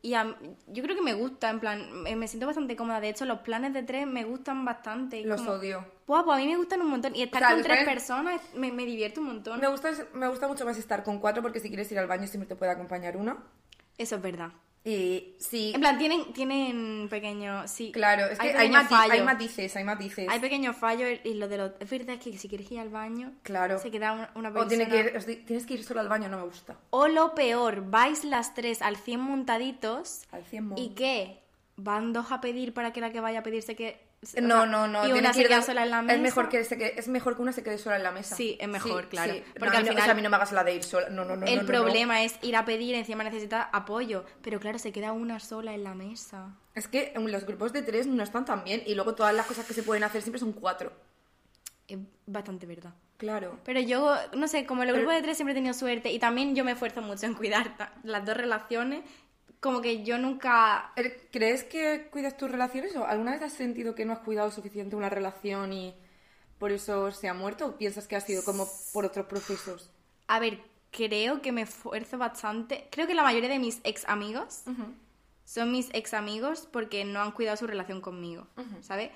A: y a- yo creo que me gusta, en plan, eh, me me siento bastante cómoda. De hecho, los planes de tres me gustan bastante. y
B: Los
A: como-
B: odio.
A: Buah, pues a mí me gustan un montón. Y estar
B: sea,
A: con
B: los
A: tres
B: planes-
A: personas me, me divierte un montón.
B: Me gusta, me gusta mucho más estar con cuatro porque si quieres ir al baño siempre te puede acompañar una.
A: Eso es verdad.
B: Y sí,
A: En plan, tienen, tienen pequeño. Sí,
B: claro, es que hay,
A: pequeños
B: mati-
A: fallos.
B: hay matices, hay matices.
A: Hay pequeños fallos y lo de los. Es verdad que si quieres ir al baño,
B: Claro.
A: se queda una, una persona.
B: o tiene que ir- os di- tienes que ir solo al baño, no me gusta.
A: O lo peor, vais las tres al 100 montaditos
B: Al 100 mon.
A: y que van dos a pedir para que la que vaya a pedir se quede. o
B: No,
A: sea,
B: no, no.
A: Y
B: tiene
A: una
B: que
A: se
B: ir
A: queda
B: de-
A: sola en la mesa.
B: Es mejor, que se quede- es mejor que una se quede sola en la mesa.
A: Sí, es mejor, claro.
B: Porque al final... a mí no me hagas la de ir sola. No, no, no.
A: El
B: no, no, no.
A: problema es ir a pedir, encima necesita apoyo. Pero claro, se queda una sola en la mesa.
B: Es que en los grupos de tres no están tan bien y luego todas las cosas que se pueden hacer siempre son cuatro.
A: Es bastante verdad.
B: Claro.
A: Pero yo, no sé, como el grupo de tres siempre he tenido suerte y también yo me esfuerzo mucho en cuidar ta- las dos relaciones, como que yo nunca...
B: Er, ¿Crees que cuidas tus relaciones o alguna vez has sentido que no has cuidado suficiente una relación y por eso se ha muerto o piensas que ha sido como por otros procesos?
A: A ver, creo que me esfuerzo bastante. Creo que la mayoría de mis ex amigos son mis ex amigos porque no han cuidado su relación conmigo, ¿sabes?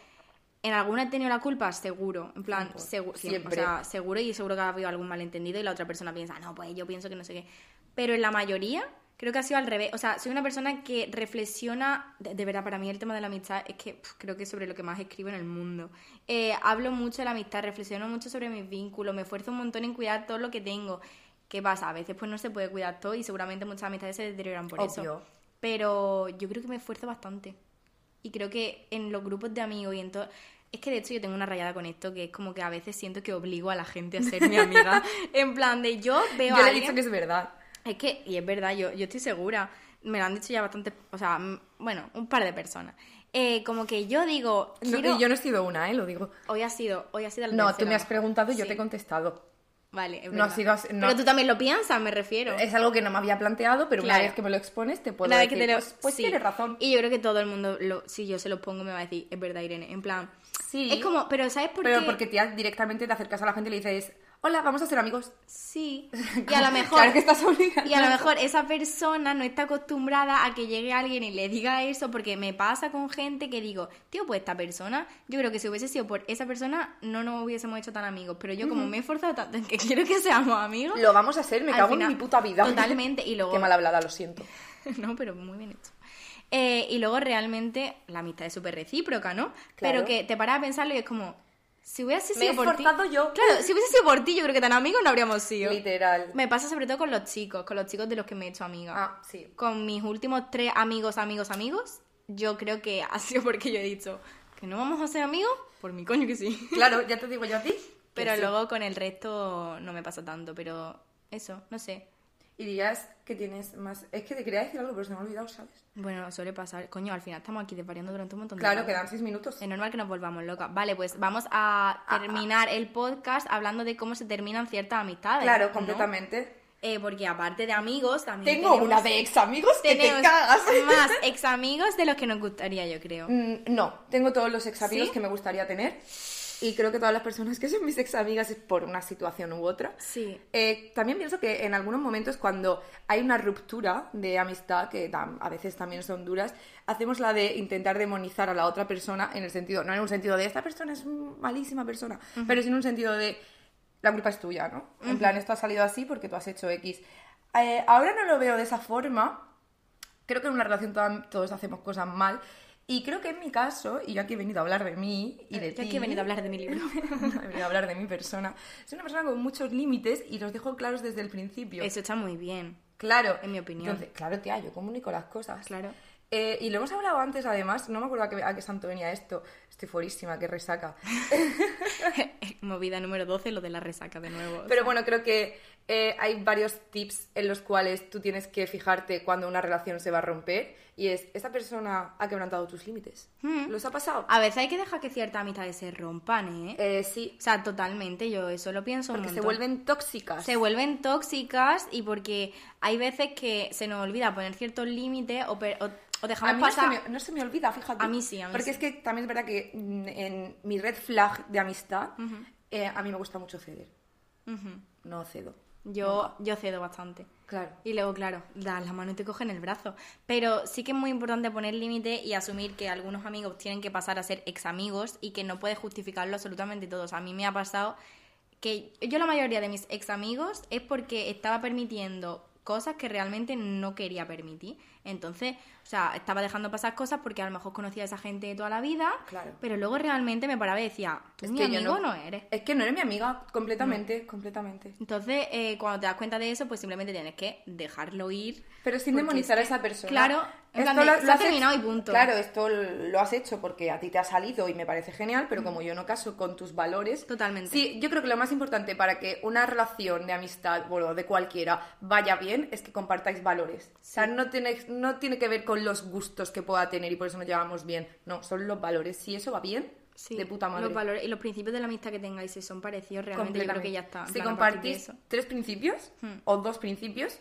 A: En alguna he tenido la culpa, seguro. En plan,
B: Siempre.
A: segu- siempre. O
B: Siempre.
A: sea, seguro y seguro que ha habido algún malentendido y la otra persona piensa, no, pues yo pienso que no sé qué. Pero en la mayoría creo que ha sido al revés. O sea, soy una persona que reflexiona, de, de verdad, para mí el tema de la amistad es que pf, creo que es sobre lo que más escribo en el mundo. Eh, hablo mucho de la amistad, reflexiono mucho sobre mis vínculos, me esfuerzo un montón en cuidar todo lo que tengo. ¿Qué pasa? A veces pues no se puede cuidar todo y seguramente muchas amistades se deterioran por
B: Obvio.
A: eso. Pero yo creo que me esfuerzo bastante. Y creo que en los grupos de amigos y en todo... Es que de hecho yo tengo una rayada con esto, que es como que a veces siento que obligo a la gente a ser mi amiga. en plan de yo veo
B: Yo
A: a
B: le he
A: alguien-
B: dicho que es verdad.
A: Es que, y es verdad, yo, yo estoy segura. Me lo han dicho ya bastante... O sea, mm, bueno, un par de personas. Eh, como que yo digo...
B: No,
A: quiero-
B: y yo no he sido una, ¿eh? Lo digo.
A: Hoy ha sido... Hoy ha sido la
B: No, tú
A: tercera.
B: me has preguntado y yo
A: Sí.
B: te he contestado.
A: Vale, es
B: No
A: verdad.
B: ha sido así, no.
A: Pero tú también lo piensas, me refiero.
B: Es algo que no me había planteado, pero una
A: Claro.
B: vez que me lo expones te puedo
A: Una vez
B: decir,
A: que te lo-
B: pues, pues
A: sí.
B: tienes razón.
A: Y yo creo que todo el mundo, lo, si yo se lo pongo, me va a decir, es verdad, Irene. En plan,
B: Sí.
A: es como, pero ¿sabes por
B: Pero
A: qué?
B: porque te, directamente te acercas a la gente y le dices, hola, vamos a ser amigos.
A: Sí. Y a lo mejor.
B: Claro que estás obligada.
A: Y a lo mejor esa persona no está acostumbrada a que llegue alguien y le diga eso, porque me pasa con gente que digo, tío, pues esta persona, yo creo que si hubiese sido por esa persona, no nos hubiésemos hecho tan amigos. Pero yo, como me he esforzado tanto en que quiero que seamos amigos,
B: Lo vamos a hacer, me
A: Al
B: cago
A: final,
B: en mi puta vida.
A: totalmente, y luego-
B: Qué mal hablada, lo siento.
A: No, pero muy bien hecho. Eh, y luego realmente la amistad es súper recíproca, ¿no?
B: Claro.
A: Pero que te paras a pensarlo y es como, si hubiese
B: Me he
A: sido por ti...
B: esforzado yo.
A: Claro, si hubiese sido por ti, yo creo que tan amigos no habríamos sido.
B: Literal.
A: Me pasa sobre todo con los chicos, con los chicos de los que me he hecho amiga.
B: Ah, sí.
A: Con mis últimos tres amigos, amigos, amigos, yo creo que ha sido porque yo he dicho que no vamos a ser amigos, por mi coño que sí.
B: Claro, ya te digo yo a ti. que
A: Pero
B: sí.
A: luego con el resto no me pasa tanto, pero eso, no sé.
B: Y dirías que tienes más... Es que te quería decir algo, pero se me ha olvidado, ¿sabes?
A: Bueno, suele pasar. Coño, al final estamos aquí desvariando durante un montón de
B: Claro,
A: rato.
B: quedan seis minutos.
A: Es normal que nos volvamos locas. Vale, pues vamos a terminar el podcast hablando de cómo se terminan ciertas amistades.
B: Claro,
A: ¿no?
B: completamente.
A: Eh, porque aparte de amigos, también.
B: Tengo
A: tenemos-
B: una de ex amigos que te
A: tenemos
B: cagas.
A: más ex amigos de los que nos gustaría, yo creo.
B: Mm, No, tengo todos los ex amigos
A: ¿Sí?
B: que me gustaría tener. Y creo que todas las personas que son mis ex amigas es por una situación u otra.
A: Sí.
B: Eh, también pienso que en algunos momentos cuando hay una ruptura de amistad, que tam- a veces también son duras, hacemos la de intentar demonizar a la otra persona en el sentido, no en un sentido de esta persona es un malísima persona, pero sí en un sentido de la culpa es tuya, ¿no? En plan, esto ha salido así porque tú has hecho X. Eh, ahora no lo veo de esa forma, creo que en una relación toda- todos hacemos cosas mal. Y creo que en mi caso, y yo aquí he venido a hablar de mí y de
A: Eh, Yo
B: ti.
A: aquí he venido a hablar de mi libro.
B: he venido a hablar de mi persona. Soy una persona con muchos límites y los dejo claros desde el principio.
A: Eso está muy bien.
B: Claro.
A: en mi opinión.
B: Entonces, claro, tía, yo comunico las cosas.
A: Claro.
B: Eh, y lo hemos hablado antes, además, no me acuerdo a qué, a qué santo venía esto. Estoy fuerísima, que resaca.
A: Movida número 12, lo de la resaca de nuevo.
B: Pero bueno, creo que eh, hay varios tips en los cuales tú tienes que fijarte cuando una relación se va a romper. Y es, ¿esta persona ha quebrantado tus límites?
A: Hmm.
B: ¿Los ha pasado?
A: A veces hay que dejar que ciertas amistades se rompan, ¿eh?
B: Eh, sí,
A: O sea, totalmente, yo eso lo pienso un
B: porque se
A: montón.
B: vuelven tóxicas.
A: se vuelven tóxicas y porque hay veces que se nos olvida poner ciertos límites o, per- o- o
B: a
A: dejamos
B: mí no se,
A: pasar.
B: me, no se me olvida, fíjate.
A: A mí sí, a mí
B: Porque
A: sí.
B: es que también es verdad que mm, en mi red flag de amistad, eh, a mí me gusta mucho ceder.
A: Ujú.
B: No cedo.
A: Yo, yo cedo bastante.
B: Claro.
A: Y luego, claro, das la mano y te cogen el brazo. Pero sí que es muy importante poner límites y asumir que algunos amigos tienen que pasar a ser ex amigos y que no puedes justificarlo absolutamente todo. O sea, a mí me ha pasado que yo la mayoría de mis ex amigos es porque estaba permitiendo cosas que realmente no quería permitir. Entonces, o sea, estaba dejando pasar cosas porque a lo mejor conocía a esa gente de toda la vida,
B: Claro.
A: pero luego realmente me paraba y decía, tú mi
B: yo
A: amigo no eres.
B: Es que no eres mi amiga, completamente, completamente.
A: Entonces, eh, cuando te das cuenta de eso, pues simplemente tienes que dejarlo ir.
B: Pero sin
A: Porque
B: demonizar
A: es que-
B: a esa persona.
A: Claro, en plan de, se ha
B: has
A: terminado
B: hecho-
A: y punto.
B: Claro, esto lo has hecho porque a ti te ha salido y me parece genial, pero como yo no caso con tus valores.
A: Totalmente.
B: Sí, yo creo que lo más importante para que una relación de amistad, bueno, de cualquiera, vaya bien, es que compartáis valores. O sea, no tiene, no tiene que ver con los gustos que pueda tener y por eso nos llevamos bien. No, son los valores. Si eso va bien,
A: Sí,
B: de puta madre.
A: Los valores y los principios de la amistad que tengáis, si son parecidos, realmente yo creo que ya está. en
B: Si
A: plan, a partir de
B: compartís
A: eso. Hmm.
B: tres principios o dos principios,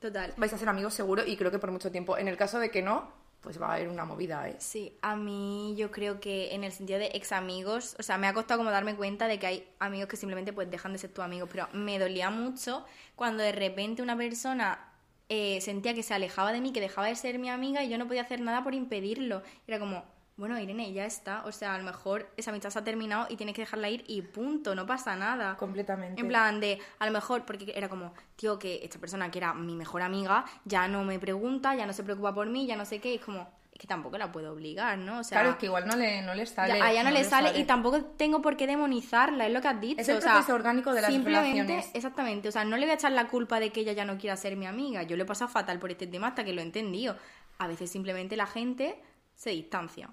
A: Total.
B: vais a ser amigos seguro y creo que por mucho tiempo. En el caso de que no, pues va a haber una movida, ¿eh?
A: Sí, a mí yo creo que en el sentido de ex amigos, o sea, me ha costado como darme cuenta de que hay amigos que simplemente pues dejan de ser tu amigo, pero me dolía mucho cuando de repente una persona eh, sentía que se alejaba de mí, que dejaba de ser mi amiga y yo no podía hacer nada por impedirlo. Era como, bueno, Irene, ya está, o sea, a lo mejor esa amistad se ha terminado y tienes que dejarla ir y punto, no pasa nada.
B: Completamente.
A: En plan de, a lo mejor, porque era como, tío, que esta persona que era mi mejor amiga ya no me pregunta, ya no se preocupa por mí, ya no sé qué, y es como, es que tampoco la puedo obligar, ¿no? O sea,
B: claro, es que igual no le, no le sale.
A: ya- a ella no, le sale, y
B: tampoco
A: tampoco tengo por qué demonizarla, es lo que has dicho.
B: Es el
A: o sea,
B: proceso orgánico de las
A: simplemente,
B: relaciones.
A: Exactamente, o sea, no le voy a echar la culpa de que ella ya no quiera ser mi amiga, yo le he pasado fatal por este tema hasta que lo he entendido. A veces simplemente la gente se distancia.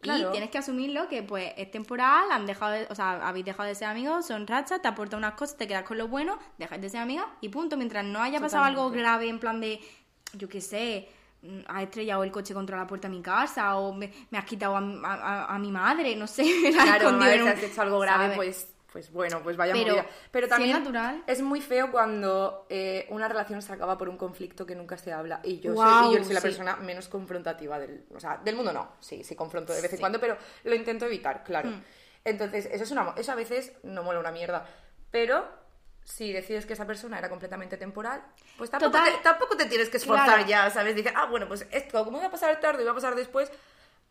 B: Claro.
A: Y tienes que asumirlo que pues es temporal, han dejado de- o sea, habéis dejado de ser amigos, son rachas, te aporta unas cosas, te quedas con lo bueno, dejáis de ser amigas y punto. Mientras no haya pasado algo grave en plan de, yo qué sé, mm, ha estrellado el coche contra la puerta de mi casa o me, me has quitado a, mi- a- a- a mi madre, no sé, me la has
B: Claro,
A: escondido en
B: madre,
A: un-
B: si has hecho algo grave,
A: ¿sabes?
B: pues, pues bueno, pues vaya
A: Pero,
B: movida. Pero
A: si es
B: también
A: natural.
B: es muy feo cuando eh, una relación se acaba por un conflicto que nunca se habla. Y yo,
A: Guau,
B: soy, y yo soy la
A: sí.
B: persona menos confrontativa del... O sea, del mundo no. Sí, sí confronto de vez en cuando, pero lo intento evitar, claro.
A: Mm.
B: Entonces, eso, es una, mo- eso a veces no mola una mierda. Pero... Si decides que esa persona era completamente temporal, pues tampoco,
A: Total.
B: te, tampoco te tienes que esforzar
A: Claro.
B: ya, ¿sabes? Dices, ah, bueno, pues esto, como va a pasar tarde y va a pasar después,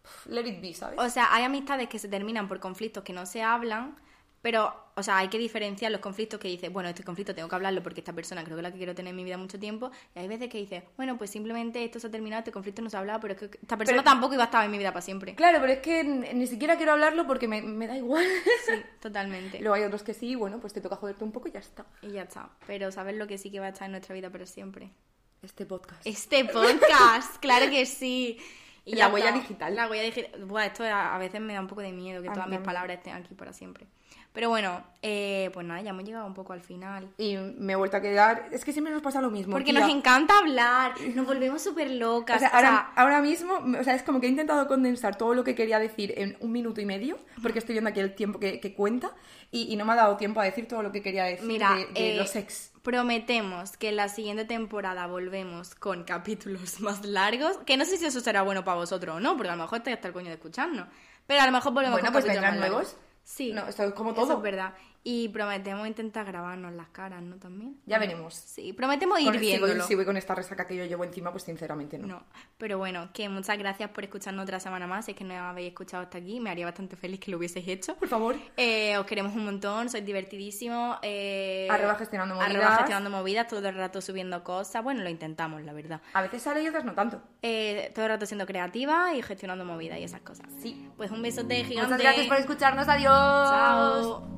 B: pff, let it be, ¿sabes?
A: O sea, hay amistades que se terminan por conflictos que no se hablan, pero, o sea, hay que diferenciar los conflictos que dices, bueno, este conflicto tengo que hablarlo porque esta persona creo que es la que quiero tener en mi vida mucho tiempo, y hay veces que dices, bueno, pues simplemente esto se ha terminado, este conflicto no se ha hablado, pero es que esta persona
B: Pero-
A: tampoco iba a estar en mi vida para siempre.
B: Claro, pero es que n- ni siquiera quiero hablarlo porque me, me da igual.
A: Sí, totalmente.
B: Luego hay otros que sí, bueno, pues te toca joderte un poco y ya está.
A: Y ya está. Pero saber lo que sí que va a estar en nuestra vida para siempre.
B: Este podcast.
A: Este podcast, claro que sí. Y
B: La
A: ya
B: huella
A: está.
B: digital.
A: La huella digital. Buah, esto a a veces me da un poco de miedo que
B: A mí
A: todas mis
B: también.
A: palabras estén aquí para siempre. Pero bueno, eh, pues nada, ya hemos llegado un poco al final.
B: Y me he vuelto a quedar. Es que siempre nos pasa lo mismo.
A: Porque
B: tía.
A: nos encanta hablar, nos volvemos súper locas.
B: O sea,
A: o
B: ahora,
A: sea,
B: ahora mismo, o sea, es como que he intentado condensar todo lo que quería decir en un minuto y medio, porque estoy viendo aquí el tiempo que, que cuenta, y, y no me ha dado tiempo a decir todo lo que quería decir
A: Mira,
B: de, de
A: eh,
B: los ex.
A: prometemos que la siguiente temporada volvemos con capítulos más largos. Que no sé si eso será bueno para vosotros o no, porque a lo mejor estáis hasta el coño de escucharnos. Pero a lo mejor volvemos
B: Bueno,
A: con
B: pues
A: capítulos
B: vendrán
A: más largos.
B: nuevos.
A: Sí.
B: No, esto es como
A: Eso
B: todo.
A: es verdad. Y prometemos intentar grabarnos las caras, ¿no? También.
B: Ya veremos.
A: Sí, prometemos ir
B: Con- si, voy,
A: viéndolo.
B: si voy con esta resaca que yo llevo encima, pues sinceramente no.
A: No, pero bueno, que muchas gracias por escucharnos otra semana más. Si es que no habéis escuchado hasta aquí, me haría bastante feliz que lo hubieseis hecho.
B: Por favor.
A: Eh, os queremos un montón, sois divertidísimos. eh,
B: Arroba gestionando movidas.
A: Arroba gestionando movidas, todo el rato subiendo cosas. Bueno, lo intentamos, la verdad.
B: A veces sale y otras no tanto.
A: Eh, todo el rato siendo creativa y gestionando movidas y esas cosas.
B: Sí.
A: Pues un besote gigante.
B: Muchas gracias por escucharnos. Adiós.
A: Chao.